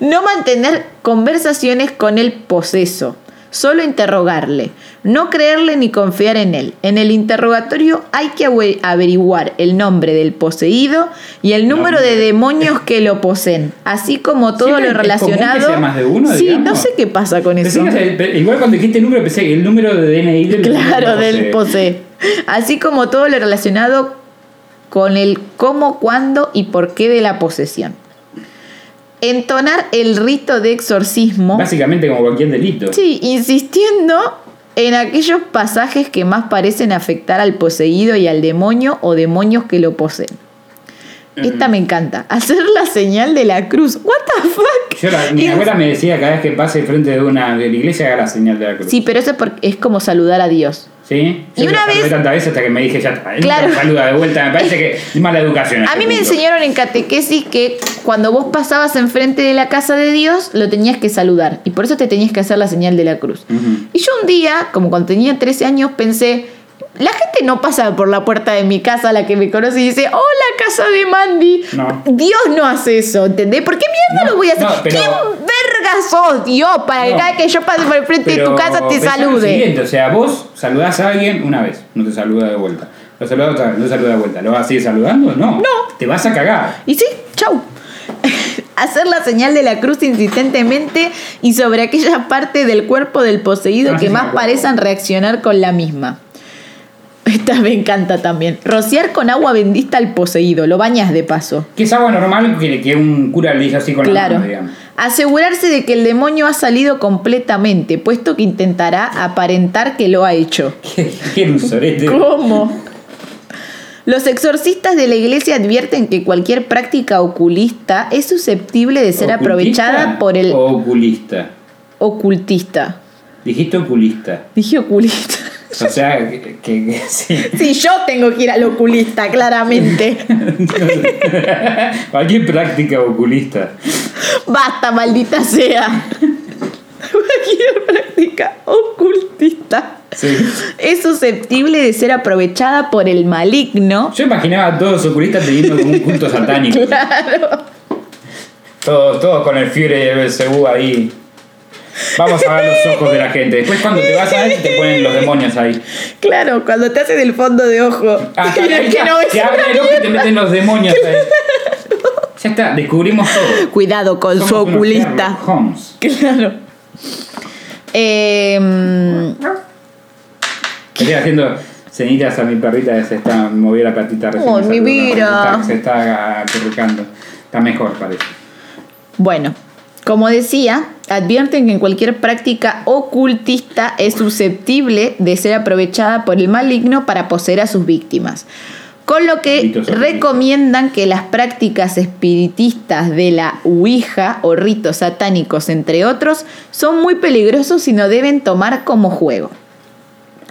No mantener conversaciones con el poseso, solo interrogarle, no creerle ni confiar en él. En el interrogatorio hay que aver- averiguar el nombre del poseído y el número
Nombre.
de demonios que lo poseen, así como todo
Siempre
lo
es común que
relacionado.
sea más de uno,
sí,
digamos.
no sé qué pasa con
Pensé
eso. <laughs>
que era el- Igual cuando dijiste número pensé que el número de DNI del
Claro,
del
del posee. Así como todo lo relacionado con el cómo, cuándo y por qué de la posesión. Entonar el rito de exorcismo.
Básicamente como cualquier delito.
Sí, insistiendo en aquellos pasajes que más parecen afectar al poseído y al demonio o demonios que lo poseen. Esta me encanta. Hacer la señal de la cruz. What the fuck?
Yo la- mi
Es-
abuela me decía cada vez que pase frente de una de la iglesia haga la señal de la cruz.
Sí, pero eso es, porque- es como saludar a Dios.
¿Sí? Yo
Y una
la saludé
vez-
tantas veces hasta que me dije, ya está,
Claro.
nunca saluda de vuelta. Me parece que
<laughs>
es mala educación.
A
este
mí me
punto.
enseñaron en catequesis que cuando vos pasabas enfrente de la casa de Dios, lo tenías que saludar. Y por eso te tenías que hacer la señal de la cruz.
Ujú.
Y yo un día, como cuando tenía 13 años, pensé, la gente no pasa por la puerta de mi casa, la que me conoce, y dice, hola casa de Mandy.
No.
Dios no hace eso, ¿entendés? ¿Por qué mierda
No,
lo voy a hacer?
no, pero-
¿Quién verga sos, Dios, para que
No.
cada vez que yo pase por el frente de tu
Pero
casa te
pensá en lo
salude?
siguiente, o sea, vos saludás a alguien una vez, no te saluda de vuelta. Lo saludás otra vez, no te saluda de vuelta. ¿Lo vas a seguir saludando? No.
No.
Te vas a cagar.
Y sí, chau. <laughs> Hacer la señal de la cruz insistentemente y sobre aquella parte del cuerpo del poseído
Ah, sí,
que
sí, me
más
acuerdo.
parecen reaccionar con la misma. Esta me encanta también. Rociar con agua bendita al poseído. Lo bañas de paso.
Que es agua normal que, que un cura le dice así con la
Claro.
mano, digamos. <laughs>
Asegurarse de que el demonio ha salido completamente, puesto que intentará aparentar que lo ha hecho.
Que que era un sorete.
¿Cómo? Los exorcistas de la iglesia advierten que cualquier práctica oculista es susceptible de ser
¿Ocultista
aprovechada por el
o oculista?
ocultista.
Dijiste oculista.
Dije
<laughs>
oculista.
O sea, que, que- que sí.
Sí, yo tengo que ir al oculista, claramente.
Cualquier práctica oculista.
Basta, maldita sea. Cualquier práctica ocultista
Sí.
es susceptible de ser aprovechada por el maligno.
Yo imaginaba a todos los oculistas teniendo como un culto satánico.
Claro.
Todos, todos con el fiebre de Belcebú ahí. Vamos a ver los ojos de la gente. Después cuando te vas a ver te ponen los demonios ahí.
Claro, cuando te hacen el fondo de ojo.
Ah,
Mira
ahí
que
está.
no ves
te abren
una
el ojo y te
mierda.
meten los demonios
<laughs>
ahí. Ya está, descubrimos todo.
Cuidado con su
Somos unos
oculista.
Sherlock Holmes.
<laughs> Claro. Em,
Estoy haciendo cenitas a mi perrita que se está movió la platita recién.
Oh,
me
mi
saludó, ¿no?
vida.
Está- Se está acurrucando. Está mejor, parece.
bueno, como decía, advierten que en cualquier práctica ocultista es susceptible de ser aprovechada por el maligno para poseer a sus víctimas. Con lo que
Ritos ocultistas.
recomiendan que las prácticas espiritistas de la Ouija o ritos satánicos, entre otros, son muy peligrosos y no deben tomar como juego.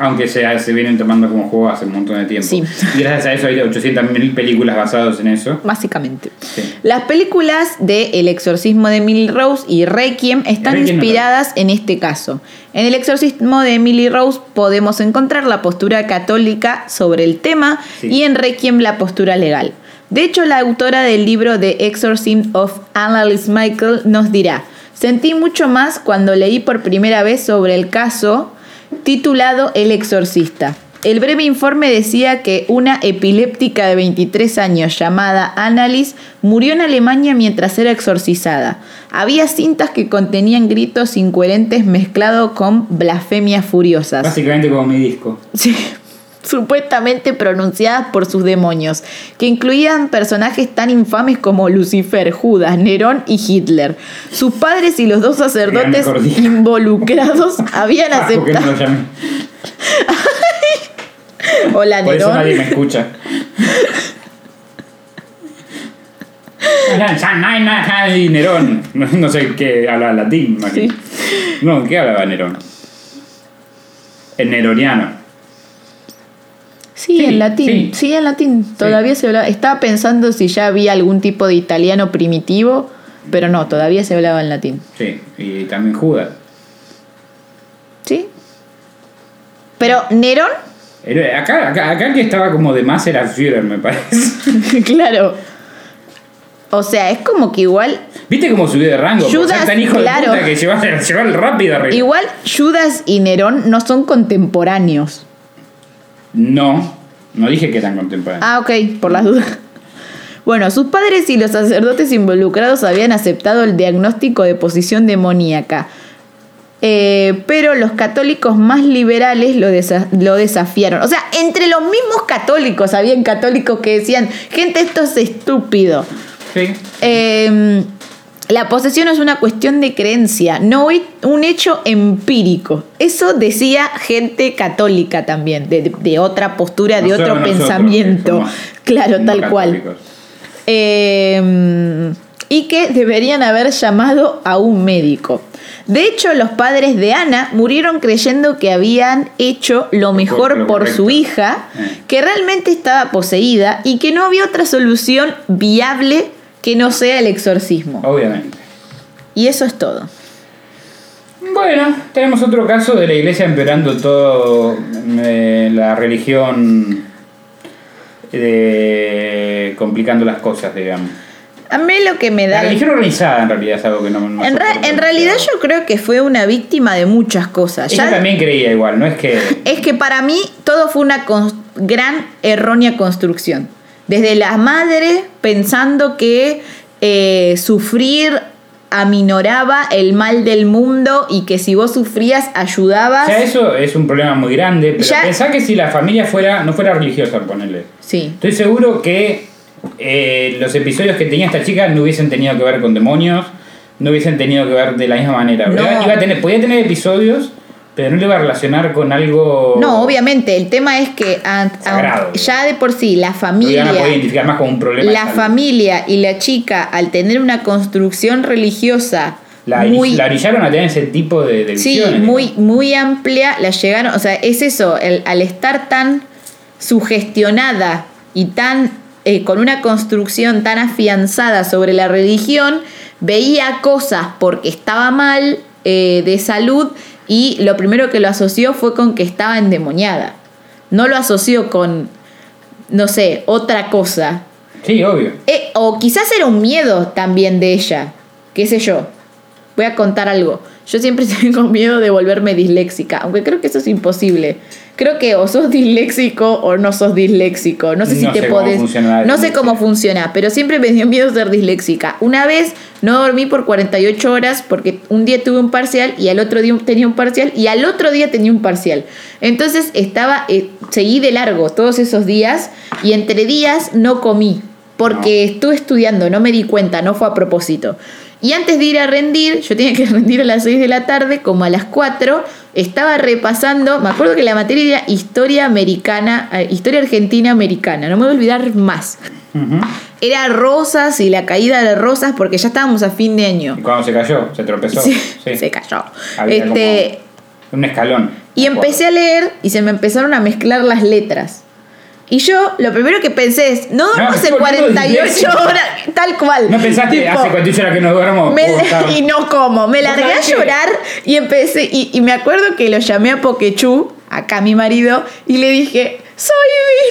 Aunque se, se vienen tomando como juego hace un montón de tiempo.
Sí.
Y gracias a eso hay 800.000 películas basadas en eso.
Básicamente.
Sí.
Las películas de El exorcismo de Emily Rose y Requiem están
Requiem no la vi.
inspiradas en este caso. En El exorcismo de Emily Rose podemos encontrar la postura católica sobre el tema
Sí.
y en Requiem la postura legal. De hecho, la autora del libro The Exorcism of Annalise Michael nos dirá, sentí mucho más cuando leí por primera vez sobre el caso titulado El exorcista. El breve informe decía que una epiléptica de 23 años llamada Annalise murió en Alemania mientras era exorcizada. Había cintas que contenían gritos incoherentes mezclados con blasfemias furiosas.
Básicamente como mi disco.
Sí. <laughs> supuestamente pronunciadas por sus demonios, que incluían personajes tan infames como Lucifer, Judas, Nerón y Hitler. Sus padres y los dos sacerdotes
Gran cordillera. <laughs>
involucrados habían
Ah, ¿por qué no
aceptado...
lo llamé?
<laughs> Hola,
Por eso
Nerón.
nadie me
<laughs>
escucha. Y Nerón, no, no sé qué hablaba latín. imagino. No, ¿qué hablaba Nerón? El neroniano.
Sí,
Sí,
en latín.
sí.
Sí, en latín. Todavía se hablaba. Estaba pensando si ya había algún tipo de italiano primitivo, pero no, todavía se hablaba en latín.
Sí, y también Judas.
¿Sí? Pero Nerón, <laughs>
Era- Acá, acá, acá el que estaba como de más era Führer, me parece. <laughs>
claro. O sea, es como que igual.
¿Viste cómo subió de rango? Por
Judas,
ser tan hijo
claro.
de puta que llevaba, <laughs> llevaba el rápido arriba.
Igual Judas y Nerón no son contemporáneos.
No, no dije que eran contemporáneos.
Ah, ok, por las dudas. Bueno, sus padres y los sacerdotes involucrados habían aceptado el diagnóstico de posición demoníaca, Eh, pero los católicos más liberales lo, desa- lo desafiaron. O sea, entre los mismos católicos habían católicos que decían, gente, esto es estúpido.
Sí.
Eh, la posesión es una cuestión de creencia, no hoy- un hecho empírico. Eso decía gente católica también, de, de- de otra postura, de
No
otro
solo nosotros,
pensamiento.
que somos
claro,
no
tal cual.
católicos.
Eh, y que deberían haber llamado a un médico. De hecho, los padres de Ana murieron creyendo que habían hecho lo mejor
lo
por su
correcto.
hija,
Eh.
que realmente estaba poseída y que no había otra solución viable que no sea el exorcismo.
Obviamente.
Y eso es todo.
Bueno, tenemos otro caso de la iglesia empeorando todo eh, la religión, eh, complicando las cosas, digamos.
A mí lo que me
La
da...
religión organizada en realidad es algo que no me
En, ra- en realidad yo creo que fue una víctima de muchas cosas.
Ella
Ya-
también creía igual, no es que...
Es que para mí todo fue una cons- gran errónea construcción. Desde las madres pensando que eh, sufrir aminoraba el mal del mundo y que si vos sufrías ayudabas.
Ya eso es un problema muy grande, pero
Ah, Ya-
pensá que si la familia fuera no fuera religiosa, ponele.
Sí,
Estoy seguro que eh, los episodios que tenía esta chica no hubiesen tenido que ver con demonios, no hubiesen tenido que ver de la misma manera.
No.
Iba- iba a tener, podía tener episodios, pero no le iba a relacionar con algo.
no, obviamente, el tema es que an- an-
Oh. Sagrado.
ya de por sí la
Lo iban a poder
familia,
identificar más con un problema. de
la
salud.
familia y la chica al tener una construcción religiosa
La,
muy
la orillaron a tener ese tipo de, de
Sí,
visiones.
muy, muy amplia, la llegaron, o sea, es eso, el- al estar tan sugestionada y tan eh, con una construcción tan afianzada sobre la religión, veía cosas porque estaba mal eh, de salud y lo primero que lo asoció fue con que estaba endemoniada. No lo asoció con, no sé, otra cosa.
Sí, obvio.
Eh, o quizás era un miedo también de ella. ¿Qué sé yo? Voy a contar algo. Yo siempre <laughs> tengo miedo de volverme disléxica, aunque creo que eso es imposible. Creo que o sos disléxico o no sos disléxico. No sé si
No
te
sé cómo
podés.
funciona la
no sé
dislexia.
cómo funciona, pero siempre me dio miedo ser disléxica. Una vez no dormí por 48 horas porque un día tuve un parcial y al otro día tenía un parcial y al otro día tenía un parcial. Entonces estaba, eh, seguí de largo todos esos días y entre días no comí porque estuve estudiando, no me di cuenta, no fue a propósito. Y antes de ir a rendir, yo tenía que <laughs> rendir a las 6 de la tarde, como a las 4, estaba repasando, me acuerdo que la materia era historia americana, eh, historia argentina americana, no me voy a olvidar más.
Ujú.
Era Rosas y la caída de Rosas porque ya estábamos a fin de año.
Y cuando se cayó, se tropezó.
Sí,
Sí.
Se cayó.
Había
Este,
como un escalón.
y empecé a leer y se me empezaron a mezclar las letras. Y yo lo primero que pensé es, no
No,
dormimos en
boludo,
48
imbécil.
horas, tal cual.
No pensaste,
Tipo,
hace 48 horas que no duermo.
me-
puedo estar-
<laughs> y no como, me largué a
sabés que-
llorar y empecé, y, y me acuerdo que lo llamé a Poquechú, acá mi marido, y le dije,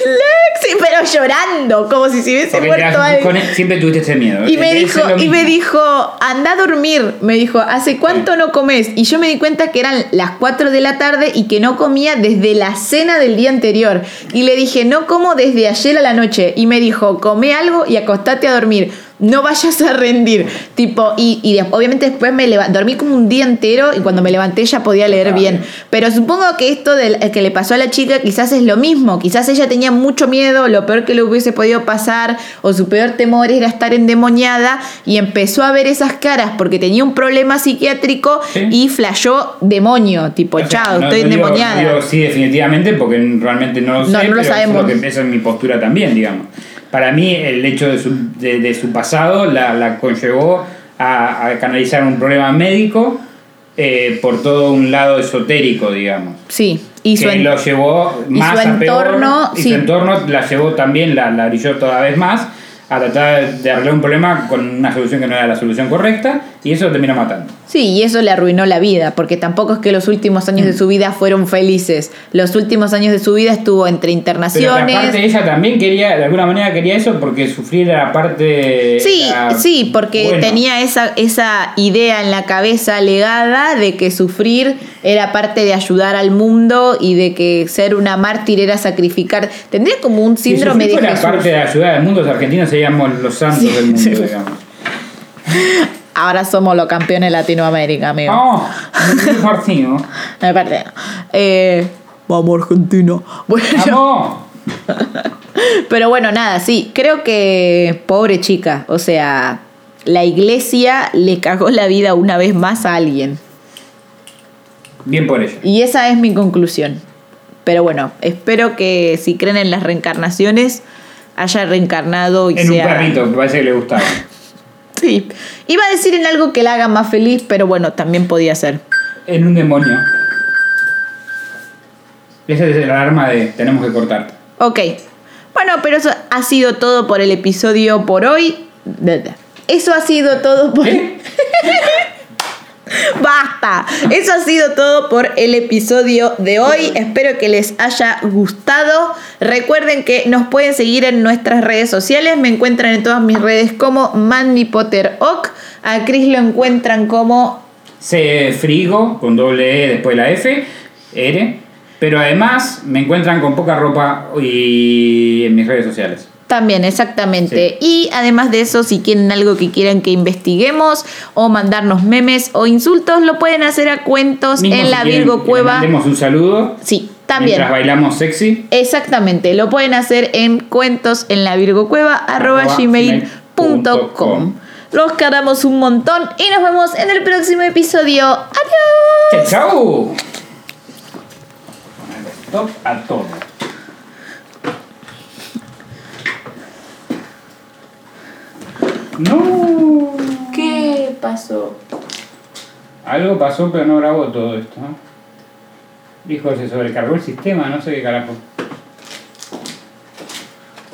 soy dislexia, pero llorando, como si se hubiese
Porque te
muerto
das-
alguien.
con- siempre tuviste ese miedo.
Y me,
Ese eh, es
dijo,
lo
y me
mismo.
dijo, anda a dormir. Me dijo, ¿hace cuánto no comes? Y yo me di cuenta que eran las 4 de la tarde y que no comía desde la cena del día anterior. Y le dije, no como desde ayer a la noche. Y me dijo, come algo y acostate a dormir. no vayas a rendir. Tipo, y, y de- obviamente después me leva- dormí como un día entero y cuando me levanté ya podía leer
Claro.
bien. Pero supongo que esto del, eh, que le pasó a la chica quizás es lo mismo. Quizás ella tenía mucho miedo, lo peor que le hubiese podido pasar o su peor temor era estar endemoniada y empezó a ver esas caras porque tenía un problema psiquiátrico
Sí.
y flashó demonio. Tipo,
O sea,
chao,
no-
estoy
no digo-
endemoniada.
digo sí, definitivamente, porque realmente no lo sé.
No, no lo
pero eso es
sabemos.
que- esa es mi postura también, digamos. Para mí, el hecho de su, de, de su pasado la, la conllevó a, a canalizar un problema médico eh, por todo un lado esotérico, digamos.
sí, y su
que
en-
lo llevó
y
más
su
a peor,
entorno,
y
sí.
su entorno la llevó también, la, la brilló toda vez más a tratar de arreglar un problema con una solución que no era la solución correcta y eso lo termina matando.
Sí, y eso le arruinó la vida, porque tampoco es que los últimos
Mm.
años de su vida fueron felices. Los últimos años de su vida estuvo entre
Pero que aparte
internaciones.
ella también quería, de alguna manera quería eso porque sufrir la parte...
Sí,
Eh, la-
sí, porque
bueno.
tenía esa, esa idea en la cabeza legada de que sufrir era parte de ayudar al mundo y de que ser una mártir era sacrificar. Tendría como un
Si
síndrome de
sufrir fuera
Jesús.
parte de ayudar al mundo, los argentinos seríamos los santos del mundo, digamos.
<laughs> Ahora somos los campeones de Latinoamérica, amigo.
¡Oh! un partido.
<laughs> No, aparte no. Eh, vamos Argentina. Bueno,
¡Vamos!
<laughs> Pero bueno, nada, sí, creo que pobre chica, o sea, la iglesia le cagó la vida una vez más a alguien.
Bien por ella.
Y esa es mi conclusión. Pero bueno, espero que si creen en las reencarnaciones, haya reencarnado y
En un
sea...
perrito, que parece que le gustaba.
Sí. Iba a decir en algo que la haga más feliz, pero bueno, también podía ser.
En un demonio. Esa es el alarma de tenemos que cortar.
Ok. Bueno, pero eso ha sido todo por el episodio por hoy. Eso ha sido todo por...
¿Eh?
Basta. Eso ha sido todo por el episodio de hoy. Espero que les haya gustado. Recuerden que nos pueden seguir en nuestras redes sociales. Me encuentran en todas mis redes como Mandy Potter Oc. A Chris lo encuentran como
C frigo con doble E después de la F, R. Pero además me encuentran con poca ropa y en mis redes sociales.
También, exactamente. Y además de eso, si quieren algo que quieran que investiguemos o mandarnos memes o insultos, lo pueden hacer a cuentos
Mismo
en
si
la
quieren
Virgo
que
Cueva.
le Mandemos un saludo.
Sí, también.
Mientras bailamos sexy.
Exactamente, lo pueden hacer en cuentos en la virgocueva arroba
Arroba
gmail punto
punto
com.
com.
Los cargamos un montón y nos vemos en el próximo episodio. ¡Adiós!
¡Chao! chao! Top a todo. No.
¿Qué pasó?
Algo pasó, pero no grabó todo esto. ¿no? Dijo, se sobrecargó el sistema, no sé qué carajo.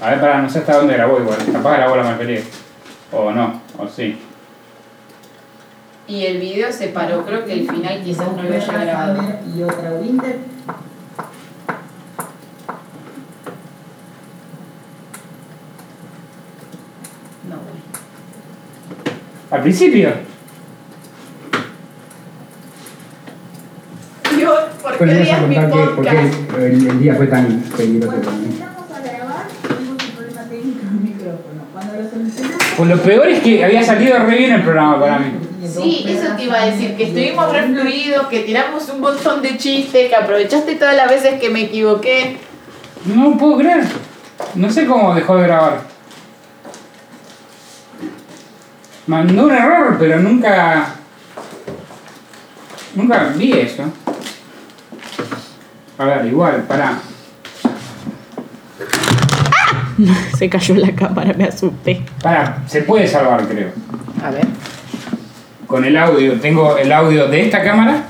A ver, para, no sé hasta dónde grabó igual. Capaz grabó la mayoría. O no, o sí.
Y el video se paró, creo que el final quizás no lo haya grabado.
y otra Winter.
No, bueno.
Al principio,
Dios, ¿por qué
Bueno, vamos
odias
a
mi
contar que, por qué
podcast?
el, el día fue tan peligroso.
Cuando empezamos a grabar, tuvimos un problema técnico en el micrófono. Cuando lo solucionamos,
pues lo peor es que había salido re bien el programa para mí.
tenía dos
Sí, eso
pedazos
te iba a decir, que
de-
estuvimos re fluidos, que tiramos un montón de chistes, que aprovechaste todas las veces que me equivoqué.
No lo puedo creer. No sé cómo dejó de grabar. Mandó un error, pero nunca. Nunca vi eso. A ver, igual, pará.
Se cayó la cámara, me asusté.
Pará, se puede salvar, creo.
A ver.
Con el audio. Tengo el audio de esta cámara.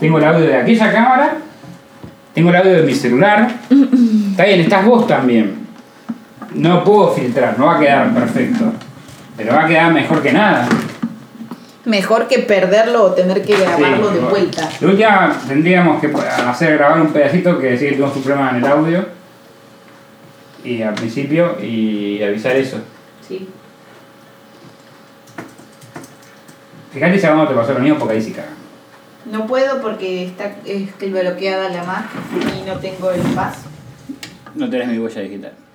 Tengo el audio de aquella cámara. Tengo el audio de mi celular. Está bien, estás vos también. No puedo filtrar, no va a quedar perfecto. Pero va a quedar mejor que nada.
Mejor que perderlo o tener que grabarlo
Sí,
de
mejor.
vuelta.
De última tendríamos que hacer grabar un pedacito que decir que tuvimos un problema en el audio. Y al principio y avisar eso.
Sí.
Fíjate si a vos no te pasó lo mismo porque ahí sí cagan.
No puedo porque está es bloqueada la Mac y no tengo el paso.
No tenés mi huella digital.